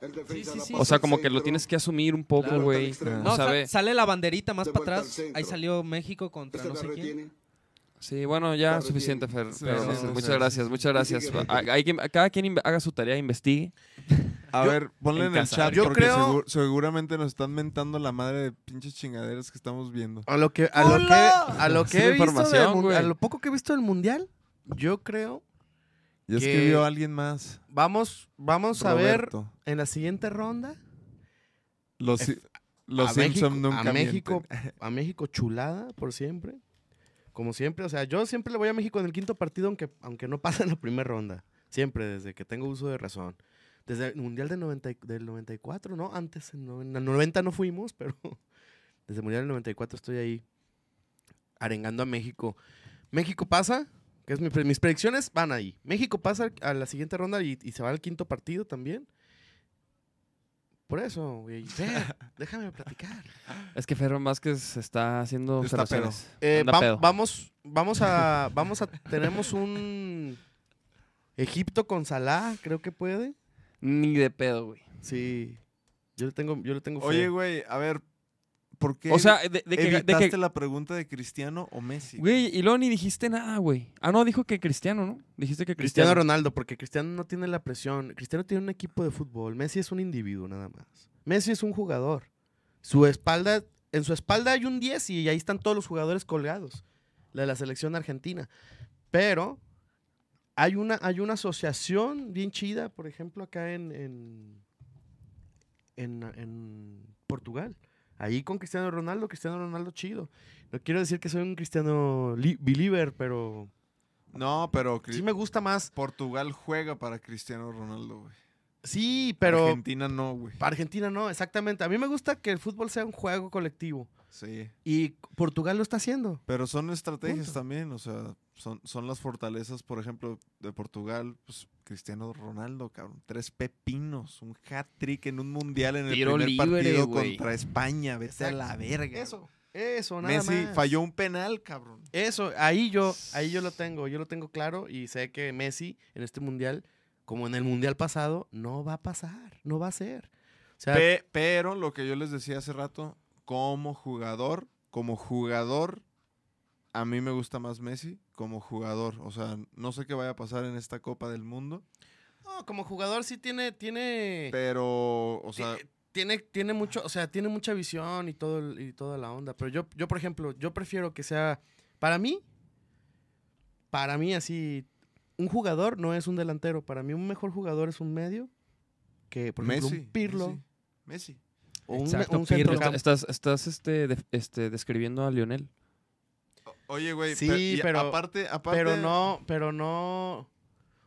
G: El defensa
C: sí,
G: la
C: sí.
G: pasa
B: O sea,
G: al
B: como que lo
G: centro,
B: tienes que asumir un poco,
G: Claro.
B: güey.
G: Claro.
B: O
C: No,
B: sea,
C: sa-
B: ve-
C: sale la banderita más
G: De
C: para
G: vuelta
C: atrás.
G: al centro.
C: Ahí salió México contra
G: Este
C: no
G: la
C: sé quién.
G: retiene.
B: Sí, bueno, ya
G: Claro,
B: suficiente, Fer.
D: Sí,
B: pero
D: sí,
B: muchas-
D: sí,
B: muchas
D: sí.
B: gracias, muchas gracias.
G: Sigue.
B: Ah, hay que- cada quien inve- haga su tarea, investigue.
D: A ver, ponle
E: en
D: en el
E: casa.
D: chat
E: Yo
D: porque
E: creo-
D: segu- seguramente nos están mentando la madre de pinches chingaderas que estamos viendo.
E: A lo que, a lo que, a lo que
B: Es
E: he visto
B: información,
E: del mun-
B: güey.
E: a lo poco que he visto del mundial, yo creo.
D: Ya
E: Que-
D: escribió alguien más.
E: Vamos, vamos a ver
D: Roberto.
E: en la siguiente ronda.
D: Los, si- los
E: a
D: Simpson
E: México,
D: nunca
E: a México,
D: mienten.
E: a México chulada por siempre. Como siempre, o sea, yo siempre le voy a México en el quinto partido aunque aunque no pase en la primera ronda. Siempre desde que tengo uso de razón. Desde el Mundial del, 90 y- del 94, ¿no? Antes en no- en el 90 no fuimos, pero desde el Mundial del 94 estoy ahí arengando a México. México pasa, que es mi pre- mis predicciones van ahí. México pasa al- a la siguiente ronda y, y se va al quinto partido también. Por eso, güey. Fer, déjame platicar.
B: Es que Fer Vázquez está haciendo
D: Está
B: observaciones.
E: Eh,
B: Anda
E: va-
B: pedo.
E: Vamos, vamos a, vamos a, tenemos un Egipto con Salah, creo que puede.
B: Ni de pedo, güey.
E: Sí, yo le tengo, yo le tengo. fe.
D: Oye, güey, a ver, ¿por qué
B: eh. O sea, de, de que- de
D: evitaste
B: que.
D: la pregunta de Cristiano o Messi?
B: Güey, y luego ni dijiste nada, güey. Ah, no, dijo que Cristiano, ¿no? Dijiste que
E: Cristiano
B: Cristiano.
E: Ronaldo, porque Cristiano no tiene la presión. Cristiano tiene un equipo de fútbol. Messi es un individuo nada más. Messi es un jugador. Su espalda, en su espalda hay un 10 y ahí están todos los jugadores colgados. La de la selección argentina. Pero hay una, hay una asociación bien chida, por ejemplo, acá en, en, en, en Portugal. Ahí con Cristiano Ronaldo, Cristiano Ronaldo chido. No quiero decir que soy un cristiano li- believer, pero
D: No, pero Cri-
E: sí me gusta más.
D: Portugal juega para Cristiano Ronaldo, güey.
E: Sí, pero
D: Argentina no, güey.
E: Para Argentina no, exactamente. A mí me gusta que el fútbol sea un juego colectivo.
D: Sí.
E: Y Portugal lo está haciendo.
D: Pero son estrategias
E: Punto.
D: también, o sea, son, son las fortalezas, por ejemplo, de Portugal, pues Cristiano Ronaldo, cabrón, tres pepinos, un hat-trick en un mundial en el
B: Tiro
D: primer
B: libre,
D: partido
B: güey.
D: contra España, vete a la
E: Exacto.
D: verga.
E: Eso, eso, nada
D: Messi
E: más.
D: falló un penal, cabrón.
E: Eso, ahí yo, ahí yo lo tengo, yo lo tengo claro y sé que Messi en este mundial, como en el mundial pasado, no va a pasar, no va a ser. O sea,
D: Pe- pero lo que yo les decía hace rato, como jugador, como jugador, a mí me gusta más Messi como jugador, o sea, no sé qué vaya a pasar en esta Copa del Mundo.
E: No, como jugador sí tiene, tiene,
D: Pero, o sea,
E: ti- eh, tiene, tiene mucho, o sea, tiene mucha visión y todo el- y toda la onda. Pero yo, yo por ejemplo, yo prefiero que sea, para mí, para mí así, un jugador no es un delantero. Para mí un mejor jugador es un medio que, por ejemplo,
D: Messi.
E: un Pirlo
D: Messi.
E: o un,
C: Exacto,
E: un
C: Pirlo.
E: centrocampo.
B: Estás, estás este, de- este, describiendo a Lionel.
D: O- Oye, güey,
E: Sí,
D: per- y
E: pero-
D: aparte, aparte.
E: Pero no, pero no.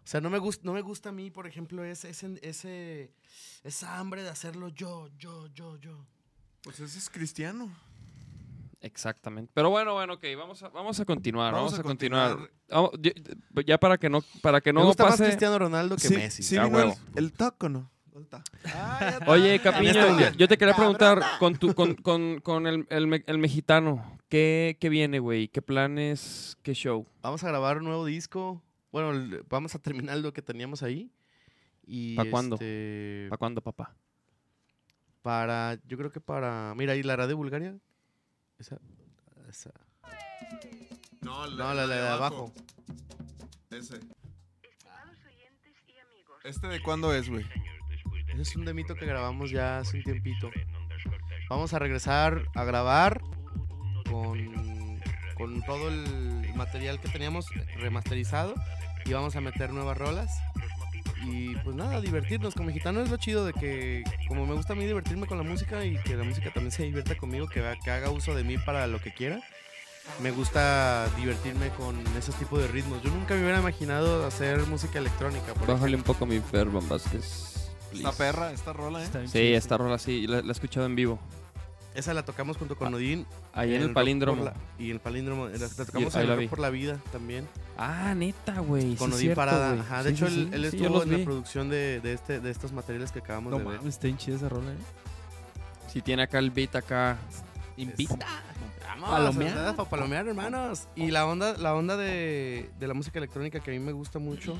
E: O sea, no me gusta, no me gusta a mí, por ejemplo, ese, ese, ese- esa hambre de hacerlo yo, yo, yo, yo.
D: Pues ese es cristiano.
B: Exactamente. Pero bueno, bueno, ok, vamos a, vamos a continuar.
D: Vamos
B: Vamos,
D: a
B: a continuar. Vamos- ya- ya para que no, para que no
E: me gusta
B: pase.
E: más Cristiano Ronaldo que
D: Sí,
E: Messi.
D: sí
E: a
D: vino
E: huevo.
D: El, el taco, ¿no? Ah, ¿Dónde está?
B: Oye,
E: este
B: Capiño,
E: mundial.
B: yo te quería preguntar con, tu, con, con, con el, el, me- el mexicano, ¿qué, qué viene, güey? ¿Qué planes? ¿Qué show?
E: Vamos a grabar un nuevo disco. Bueno, el- vamos a terminar lo que teníamos ahí. Y
B: ¿Pa' cuándo?
E: este,
B: ¿Para cuándo, papá?
E: para, yo creo que para, mira, y la radio de Bulgaria. Esa, esa.
D: No,
E: No, la, la de abajo.
D: Ese. ¿Este de cuándo es, güey?
E: Ese es un demito que grabamos ya hace un tiempito. Vamos a regresar a grabar con, con todo el material que teníamos remasterizado y vamos a meter nuevas rolas. Y pues nada, divertirnos como mexicano es lo chido de que, como me gusta a mí divertirme con la música y que la música también se divierta conmigo, que, vea- que haga uso de mí para lo que quiera. Me gusta divertirme con esos tipos de ritmos. Yo nunca me hubiera imaginado hacer música electrónica. por
B: Bájale un poco mi Ferban Vázquez.
D: Esta
B: please.
D: perra, esta rola, ¿eh?
C: Está bien
B: Sí,
C: chido,
B: esta rola sí, la, la he escuchado en vivo.
E: Esa la tocamos junto con Odín.
B: Ahí en,
E: Rock
B: el
E: por
B: palíndromo.
E: la- y el palíndromo. La, la tocamos
B: ahí
E: en
B: la
E: el Rock
B: vi.
E: por la vida también.
B: Ah, neta, güey.
E: Con
B: sí es
E: Odín
B: cierto,
E: Parada.
B: güey.
E: Ajá, de
B: Sí,
E: hecho,
B: sí,
E: él,
B: sí,
E: él
B: sí, yo
E: estuvo
B: los
E: en la
B: vi.
E: producción de, de este, de estos materiales que acabamos
C: No
E: de ver.
C: mames, está bien chida esa rola, ¿eh?
B: Sí, tiene acá el beat acá. Invita.
E: Vamos, palomear. Para palomear, hermanos. Y la onda, la onda de, de la música electrónica que a mí me gusta mucho.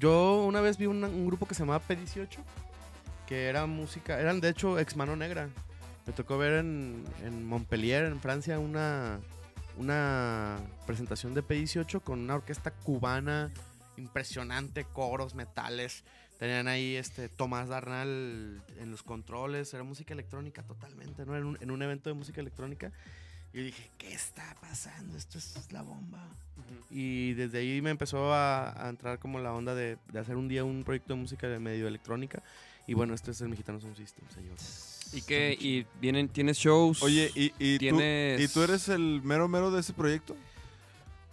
E: Yo una vez vi una- un grupo que se llamaba P18, que era música, eran de hecho ex mano negra. Me tocó ver en, en Montpellier, en Francia, una, una presentación de P18 con una orquesta cubana impresionante, coros, metales. Tenían ahí este Tomás Darnal en los controles, era música electrónica totalmente, ¿no? En un, en un evento de música electrónica. Y yo dije, ¿qué está pasando? Esto es la bomba. Y desde ahí me empezó a, a entrar como la onda de, de hacer un día un proyecto de música de medio electrónica. Y bueno, este es el Mexicano Sound System, señor.
B: ¿Y qué? ¿Y vienen, tienes shows?
D: Oye, ¿y, y, tú,
B: Tienes-
D: ¿y tú eres el mero mero de ese proyecto?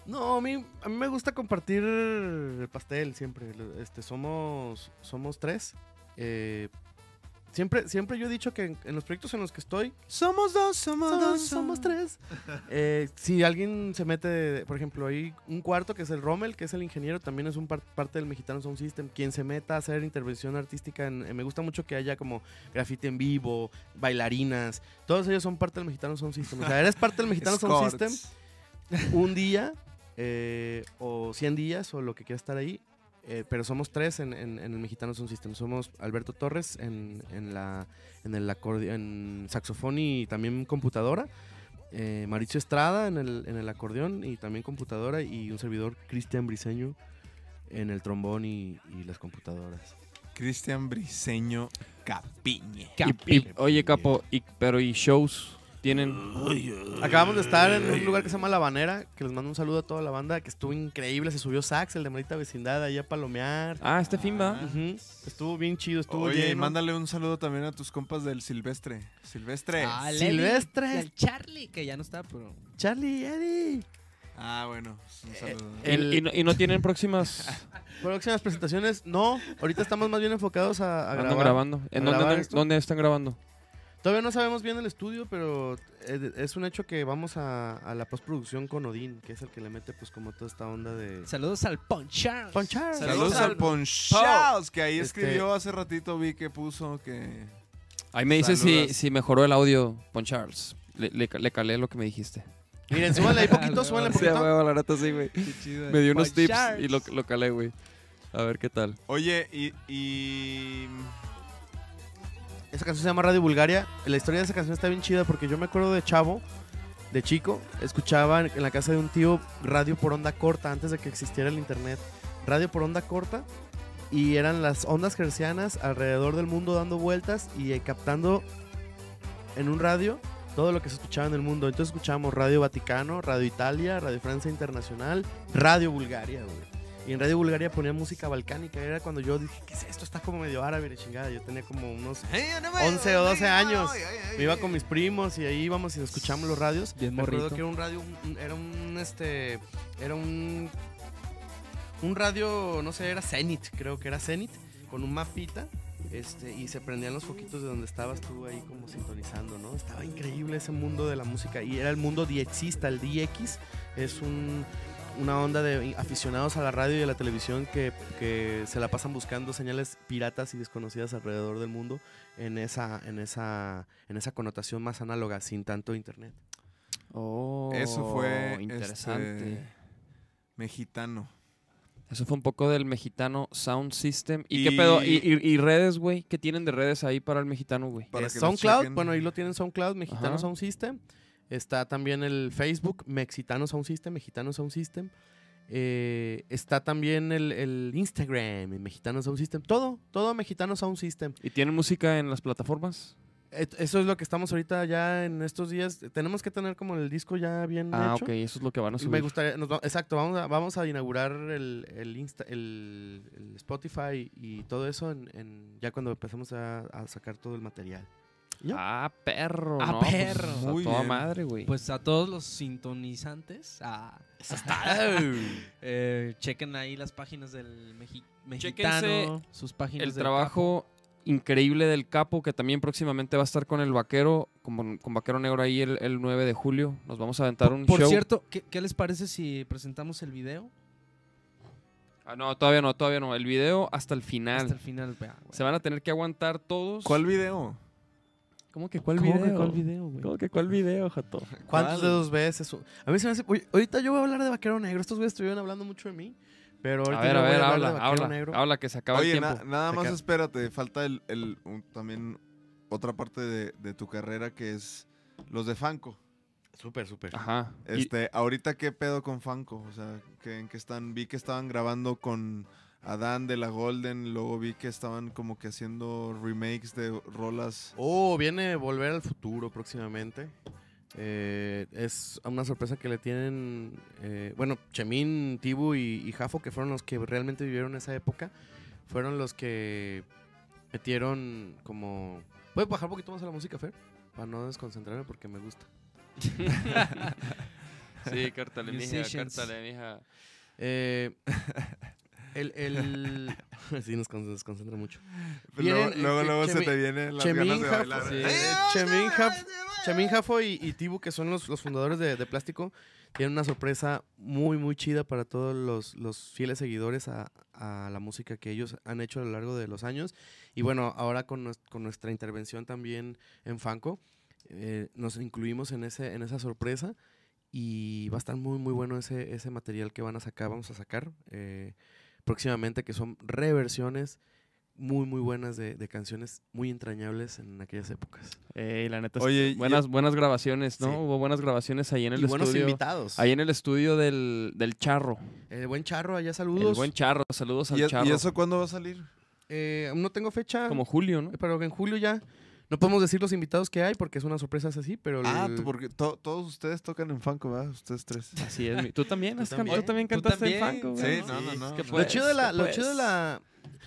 E: No, a mí, a mí me gusta compartir el pastel siempre. Lo- Este, somos, somos tres. Eh, siempre, siempre yo he dicho que en, en los proyectos en los que estoy,
A: Somos dos, somos
E: somos,
A: dos,
E: somos tres. Eh, si alguien se mete, por ejemplo, hay un cuarto que es el Rommel, que es el ingeniero, también es un par- parte del Mexicano Sound System. Quien se meta a hacer intervención artística, en- eh, me gusta mucho que haya como grafite en vivo, bailarinas. Todos ellos son parte del Mexicano Sound System. O sea, eres parte del Mexicano Sound
D: Scorts.
E: System un día eh, o 100 días o lo que quiera estar ahí. eh, pero somos tres en, en- en el Mexicano Sound System. Somos Alberto Torres en, en la, en el acorde- en saxofón y también computadora. eh, Mauricio Estrada en el, en el acordeón y también computadora. Y un servidor, Cristian Briseño, en el trombón y, y las computadoras.
D: Cristian Briseño Capiñe.
B: Y- y- oye, Capo, y, pero ¿y shows? ¿Tienen?
E: Acabamos de estar en un lugar que se llama La Banera, que les mando un saludo a toda la banda, que estuvo increíble. Se subió Sax, el de Marita Vecindad, ahí a palomear.
B: Ah, este fin va.
E: Ujú. Estuvo bien chido, estuvo
D: Oye, y
E: lleno.
D: mándale un saludo también a tus compas del Silvestre. Silvestre. Ah,
C: Ah, Levi
E: Silvestre.
C: y al Charlie, que ya no está, pero.
E: Charlie, Eddie.
D: Ah, bueno. Un saludo.
B: Y-
E: El-
B: y, no, y no tienen próximas?
E: Próximas presentaciones, no. Ahorita estamos más bien enfocados a, a
B: Andan
E: grabar.
B: grabando. ¿En dónde,
E: grabar
B: andan-
E: esto?
B: dónde están grabando?
E: Todavía no sabemos bien el estudio, pero eh, es un hecho que vamos a, a la postproducción con Odín, que es el que le mete pues como toda esta onda de...
C: Saludos al Ponchar.
E: Ponchar.
D: Saludos,
C: Saludos
D: al
C: al
D: Ponchaos, que ahí
E: Este-
D: escribió hace ratito, vi que puso que...
B: Ahí me dices si,
D: Saludos.
B: si mejoró el audio, Pon Charles. Le, le, le calé lo que me dijiste.
E: Miren, súbanle ahí poquito, súbanle poquito.
B: la neta sí, güey.
C: Qué chido,
B: Me
C: eh.
B: dio unos
C: Pon
B: tips
C: Charles.
B: y lo, lo calé, güey. A ver qué tal.
D: Oye, y... y...
E: Esa canción se llama Radio Bulgaria. La historia de esa canción está bien chida porque yo me acuerdo de Chavo, de chico, escuchaba en en la casa de un tío radio por onda corta antes de que existiera el internet. Radio por onda corta y eran las ondas hercianas alrededor del mundo dando vueltas y eh, captando en un radio todo lo que se escuchaba en el mundo. Entonces escuchábamos Radio Vaticano, Radio Italia, Radio Francia Internacional, Radio Bulgaria, güey. Y en Radio Bulgaria ponía música balcánica. Era cuando yo dije, ¿qué es esto? Está como medio árabe, la chingada. Yo tenía como unos 11 o 12 años. Me iba con mis primos y ahí íbamos y escuchábamos los radios.
C: Bien
E: Me acuerdo
C: morrito.
E: que era un radio, un- un- era un este, era un un radio, no sé, era Zenit, creo que era Zenit, con un mapita. Este, y se prendían los foquitos de donde estabas tú ahí como sintonizando, ¿no? Estaba increíble ese mundo de la música. Y era el mundo diexista, el DX es un- una onda de aficionados a la radio y a la televisión que, que se la pasan buscando señales piratas y desconocidas alrededor del mundo en esa, en esa, en esa connotación más análoga, sin tanto internet.
H: Oh,
D: Eso fue,
H: interesante.
D: este, Mexicano.
B: Eso fue un poco del mexicano Sound System. ¿Y,
D: Y-
B: qué pedo? ¿Y, y- y redes, güey? ¿Qué tienen de redes ahí para el mexicano, güey?
D: Para
E: Eh,
D: que los
E: SoundCloud,
D: chequen.
E: bueno, ahí lo tienen SoundCloud, Mexicano
B: Ajá.
E: Sound System. Está también el Facebook, Mexicano Sound System, Mexicano Sound System. Eh, está también el, el Instagram, el Mexicano Sound System. Todo, todo Mexicano Sound System.
B: ¿Y tienen música en las plataformas?
E: Et- Eso es lo que estamos ahorita ya en estos días. Tenemos que tener como el disco ya bien
B: Ah,
E: hecho.
B: ok, eso es lo que van a
E: Y Me
B: subir.
E: gustaría, nos va- exacto, vamos a, vamos a inaugurar el, el, Insta- el- el Spotify y todo eso en, en- ya cuando empecemos a, a sacar todo el material.
B: Ah, perro.
C: Ah,
B: no, pues,
C: perro.
B: a
D: Muy
B: toda
D: bien.
B: madre, güey.
C: Pues a todos los sintonizantes, a- eh, chequen ahí las páginas del Mexi- mexicano, sus páginas
B: el
C: del
B: trabajo increíble del Capo, que también próximamente va a estar con el Vaquero, con, con Vaquero Negro ahí el, el 9 de julio. Nos vamos a aventar un
C: Por
B: show.
C: cierto, ¿qué, qué les parece si presentamos el video
B: Ah, no, todavía no, todavía no. El video hasta el final.
C: hasta el final? vea, güey.
B: Se van a tener que aguantar todos.
D: ¿Cuál video?
B: ¿Cómo que cuál
C: ¿Cómo que
B: video?
C: cuál video, güey?
B: ¿Cómo que cuál video, Jato?
E: ¿Cuántos
D: ¿Cuál?
E: dedos ves eso? A mí se me hace. oye, ahorita yo voy a hablar de Vaquero Negro. Estos güeyes estuvieron hablando mucho de mí. Pero
B: A
E: ahorita
B: ver,
E: yo
B: a
E: voy
B: ver,
E: hablar
B: habla,
E: de Vaquero
B: habla,
E: Negro.
B: habla, que se acaba
D: Oye,
B: el
D: na-
B: tiempo.
D: nada más
E: Acá.
D: espérate, falta el, el- un- también otra parte de, de tu carrera que es los de Fanco.
E: Súper, súper.
B: Ajá. Y-
D: Este, ahorita qué pedo con Fanco, o sea, que, en qué están, vi que estaban grabando con Adán de la Golden, luego vi que estaban como que haciendo remakes de rolas.
E: Oh, viene Volver al Futuro próximamente. Eh, es una sorpresa que le tienen, eh, bueno, Chemín, Tibu y, y Jafo, que fueron los que realmente vivieron esa época, fueron los que metieron como... ¿Puedes bajar un poquito más a la música, Fer? Para no desconcentrarme porque me gusta.
B: Sí, cártale, mija,
C: Musicians.
B: cártale, mija.
E: Eh, el... el... sí, nos con- nos concentra mucho.
D: Luego,
E: Vienen, eh,
D: luego,
E: eh,
D: luego se
E: Chemi-
D: te vienen las
E: Chemín
D: ganas de
E: Jafo,
D: bailar.
E: sí.
D: ¡Eh,
E: Eh,
D: ay,
E: Chemín
D: ay,
E: Jaf-
D: ay,
E: Chamin Jafo y, y Tibu, que son los, los fundadores de, de Plástico, tienen una sorpresa muy, muy chida para todos los, los fieles seguidores a, a la música que ellos han hecho a lo largo de los años. Y bueno, ahora con, nues- con nuestra intervención también en Fanco, eh, nos incluimos en, ese, en esa sorpresa y va a estar muy, muy bueno ese, ese material que van a sacar, vamos a sacar eh, próximamente, que son reversiones muy, muy buenas de, de canciones muy entrañables en aquellas épocas.
B: Ey, Eh, la neta,
D: Oye,
B: Oye,
D: y-
B: buenas, buenas grabaciones, ¿no?
E: Sí.
B: Hubo buenas grabaciones ahí en el
E: y buenos
B: estudio.
E: invitados.
B: Ahí en el estudio del, del Charro.
E: El buen Charro, allá saludos.
B: El buen Charro, saludos al
D: ¿Y, es-
B: Charro.
D: ¿Y eso cuándo va a salir?
E: Eh, aún no tengo fecha,
B: Como Julio, ¿no?
E: pero en julio ya. No podemos decir los invitados que hay porque es una sorpresa es así, pero...
D: Ah,
E: el-
D: tú, porque to- todos ustedes tocan en Fanco, ¿verdad? Ustedes tres.
B: Así es. mi- Tú también, has can-
E: también.
B: tú también
C: Tú
B: cantaste en
C: también,
B: Fanco,
D: Sí,
B: güey.
D: no, no, no.
B: que
D: no.
B: puede-
E: lo chido de la...
B: pues,
E: Lo
B: pues.
E: chido de la...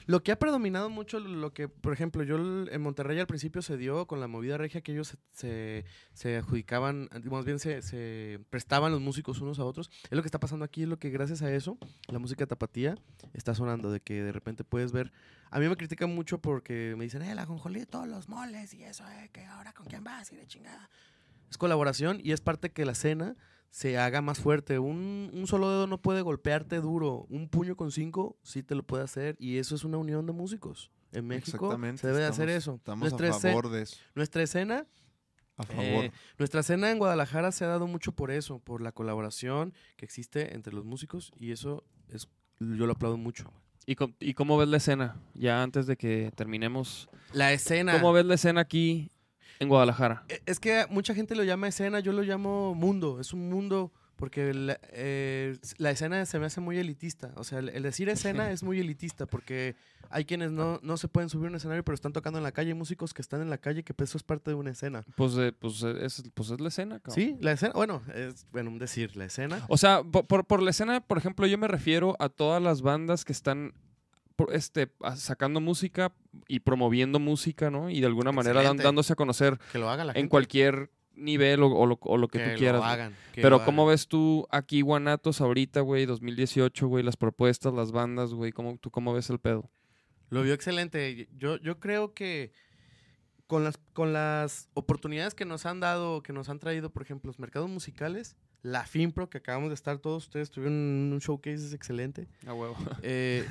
E: Lo que ha predominado mucho, lo que, por ejemplo, yo el- en Monterrey al principio se dio con la movida regia que ellos se, se, se adjudicaban, más bien se, se prestaban los músicos unos a otros. Es lo que está pasando aquí, es lo que gracias a eso la música tapatía está sonando, de que de repente puedes ver... A mí me critican mucho porque me dicen, eh, la jonjolí de todos los moles y eso, eh, que ahora con quién vas y de chingada. Es colaboración y es parte que la cena se haga más fuerte. Un, un solo dedo no puede golpearte duro. Un puño con cinco sí te lo puede hacer y eso es una unión de músicos. En México se debe de hacer
D: estamos-
E: eso.
D: Estamos
E: Nuestra
D: a
E: escena-
D: favor de eso.
E: nuestra escena
D: A favor.
E: eh, nuestra escena en Guadalajara se ha dado mucho por eso, por la colaboración que existe entre los músicos y eso es, yo lo aplaudo mucho.
B: ¿Y, com- ¿Y cómo ves la escena? Ya antes de que terminemos.
E: La escena.
B: ¿Cómo ves la escena aquí en Guadalajara?
E: E- Es que mucha gente lo llama escena, yo lo llamo mundo. Es un mundo Porque la, eh, la escena se me hace muy elitista. O sea, el, el decir escena es muy elitista porque hay quienes no, no se pueden subir a un escenario, pero están tocando en la calle. Hay músicos que están en la calle, que pues, eso es parte de una escena.
B: Pues, eh, pues, eh, es, pues es la escena, cabrón.
E: Sí, la escena, bueno, es bueno decir, la escena.
B: O sea, po- por, por la escena, por ejemplo, yo me refiero a todas las bandas que están por- este, a- sacando música y promoviendo música, ¿no? Y de alguna manera dan-
E: Excelente.
B: dándose a conocer
E: Que lo haga la
B: en
E: gente.
B: cualquier nivel o, o lo, o lo que, tú quieras.
E: lo
B: ¿no?
E: hagan. que
B: Pero
E: lo
B: ¿cómo
E: hagan.
B: ves tú aquí Guanatos ahorita, güey, 2018, güey, las propuestas, las bandas, güey? ¿Cómo, ¿Tú cómo ves el pedo?
E: Lo vio excelente. Yo, yo creo que con las, con las oportunidades que nos han dado, que nos han traído, por ejemplo, los mercados musicales, la FIMPRO, que acabamos de estar todos ustedes, tuvieron un showcase excelente.
B: A huevo.
E: Eh,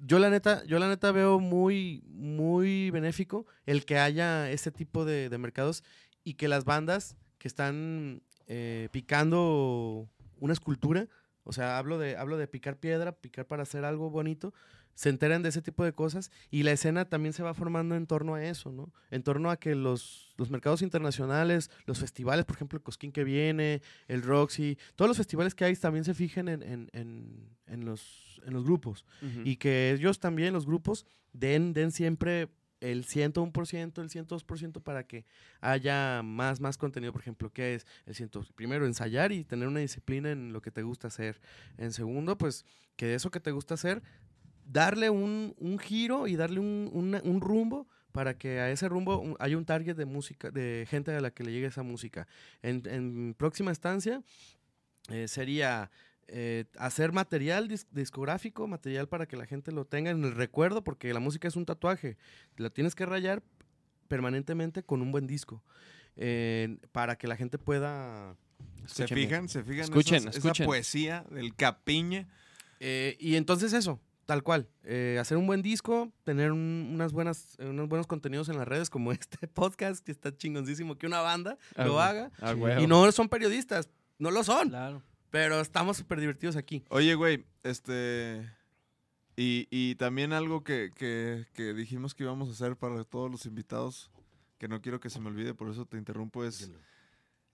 E: yo, la neta, yo la neta veo muy, muy benéfico el que haya este tipo de, de mercados y que las bandas que están eh, picando una escultura, o sea, hablo de, hablo de picar piedra, picar para hacer algo bonito, se enteran de ese tipo de cosas y la escena también se va formando en torno a eso, ¿no? En torno a que los, los mercados internacionales, los festivales, por ejemplo, el Cosquín que viene, el Roxy, todos los festivales que hay también se fijen en, en- en- en los, en los grupos y que ellos también, los grupos, den, den siempre el 101%, el 102% para que haya más, más contenido. Por ejemplo, ¿qué es? El 100, primero, ensayar y tener una disciplina en lo que te gusta hacer. En segundo, pues, que de eso que te gusta hacer, darle un, un giro y darle un, una- un rumbo para que a ese rumbo un- haya un target de música, de gente a la que le llegue esa música. En, en próxima estancia eh, sería eh, hacer material dis- discográfico, material para que la gente lo tenga en el recuerdo, porque la música es un tatuaje. La tienes que rayar permanentemente con un buen disco. eh, para que la gente pueda.
D: ¿Se
B: Escúchenme.
D: fijan? ¿Se fijan?
B: Escuchen,
D: esas- Esa
B: escuchen.
D: poesía del capiñe.
E: eh, y entonces eso, tal cual. eh, hacer un buen disco, tener un- unas buenas, eh, unos buenos contenidos en las redes, como este podcast, que está chingoncísimo que una banda
B: Ah,
E: lo
B: güey.
E: haga.
B: A
E: Y
B: huevo.
E: no son periodistas, no lo son,
C: Claro.
E: pero estamos súper divertidos aquí.
D: Oye, güey, este. Y, y también algo que, que- que dijimos que íbamos a hacer para todos los invitados, que no quiero que se me olvide, por eso te interrumpo, es.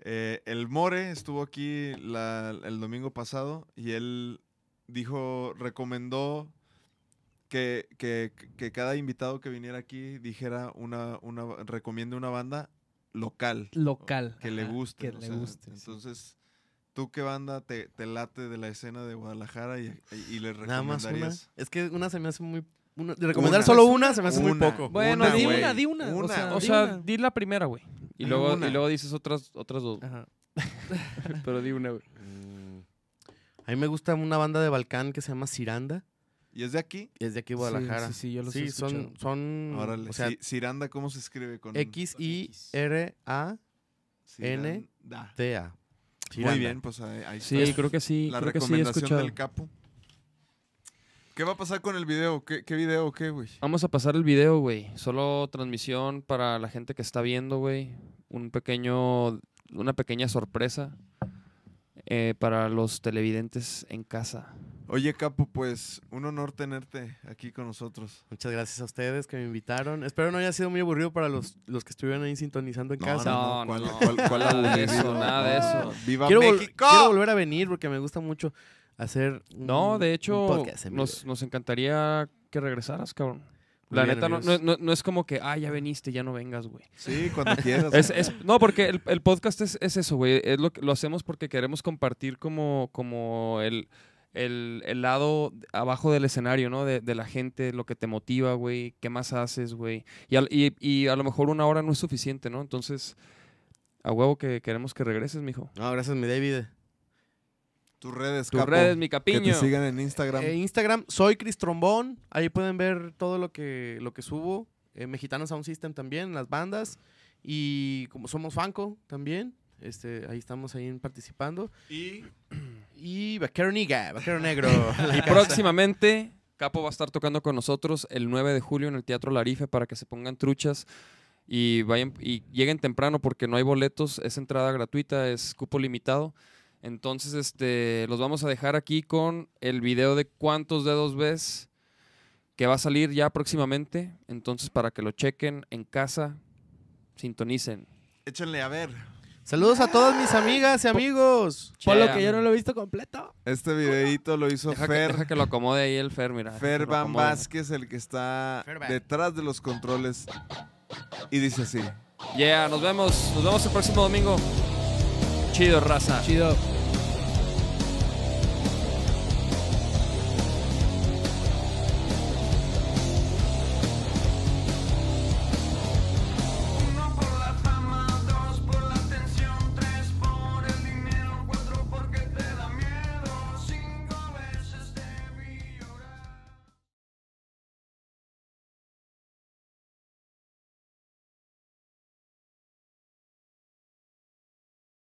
D: eh, el More estuvo aquí la- el domingo pasado y él dijo, recomendó que, que- que cada invitado que viniera aquí dijera una, una, recomiende una banda local
C: Local.
D: que le
C: ajá,
D: guste.
C: Que
D: o
C: le
D: sea,
C: guste. sí.
D: Entonces, ¿tú qué banda te, te late de la escena de Guadalajara y, y le
E: Nada más una.
D: recomendarías?
E: Es que una se me hace muy. una- de recomendar
D: Una.
E: solo una se me hace muy
D: Una.
E: poco.
C: Bueno,
D: Una,
C: di
D: güey.
C: una, di una.
D: Una,
E: Ah,
B: O
C: di
B: sea,
C: una.
B: di la primera, güey. Y
D: Di
B: luego,
D: una.
B: y luego dices otras, otras dos.
E: Ajá.
B: Pero di una, güey.
E: Mm. A mí me gusta una banda de Balcán que se llama Ciranda.
D: ¿Y es de aquí?
E: Es de aquí de Guadalajara.
C: Sí, sí, sí, yo los he
E: Sí, son,
C: escuchado.
E: son.
D: Órale.
E: Mm, O sea,
D: Ci- Ciranda, ¿cómo se escribe con
E: X-I-R-A-T-A. N.
D: Ciranda. Muy
E: Ciranda.
D: bien, pues ahí, ahí
B: Sí,
D: está.
B: creo que sí.
D: La
B: creo que sí he
D: recomendación
B: escuchado.
D: del capo. ¿Qué va a pasar con el video? ¿Qué, qué video o qué, güey?
B: Vamos a pasar el video, güey. Solo transmisión para la gente que está viendo, güey. Un pequeño, una pequeña sorpresa eh, para los televidentes en casa.
D: Oye, capo, pues un honor tenerte aquí con nosotros.
E: Muchas gracias a ustedes que me invitaron. Espero no haya sido muy aburrido para los, los que estuvieron ahí sintonizando en casa.
B: No, no,
D: ¿cuál-
B: no.
D: cuál- cuál
B: Nada de
D: aburrido?
B: eso, nada de eso.
D: ¡Viva
E: Quiero, vol-
D: México!
E: quiero volver a venir porque me gusta mucho hacer. un-
B: No, de
E: un
B: hecho,
E: podcast en vivo.
B: nos, nos encantaría que regresaras, cabrón. La
E: bien,
B: neta, no,
E: amigos.
B: no- no- no es como que, ah, ya veniste, ya no vengas, güey.
D: Sí, cuando quieras.
B: Es- eh, es- no, porque el, el podcast es, es eso, güey. Es lo, que- lo hacemos porque queremos compartir como, como el, el, el lado abajo del escenario, ¿no? De, de la gente, lo que te motiva, güey. ¿Qué más haces, güey? Y, al- y- y a lo mejor una hora no es suficiente, ¿no? Entonces, a huevo que queremos que regreses, mijo.
E: No, gracias, mi David.
D: Tus redes,
B: Tus
D: capo.
B: redes, mi
D: Que te
B: capiño.
D: sigan en Instagram.
E: Eh, Instagram, soy Cris Trombón. Ahí pueden ver todo lo que, lo que subo. Eh, Mexicano Sound System también, las bandas. Y como somos Fanco también. Este, ahí estamos ahí participando.
D: Y
E: Y Vaquero Niga, Vaquero Negro.
B: Y próximamente, Capo va a estar tocando con nosotros el 9 de julio en el Teatro Larife para que se pongan truchas y vayan y lleguen temprano porque no hay boletos, es entrada gratuita, es cupo limitado. Entonces, este, los vamos a dejar aquí con el video de cuántos dedos ves que va a salir ya próximamente. Entonces, para que lo chequen en casa, sintonicen.
D: échenle a ver.
E: Saludos a todas mis amigas y amigos.
C: Polo, que yo no lo he visto completo.
D: Este videito lo hizo
B: Deja que,
D: Fer.
B: deja que lo acomode ahí el Fer, mira. deja que
D: Fer
B: lo
D: Van
B: acomode.
D: Vázquez, el que está
E: Fer Van.
D: detrás de los controles. Y dice así.
B: Yeah, nos vemos. Nos vemos el próximo domingo. Chido, raza.
C: Chido.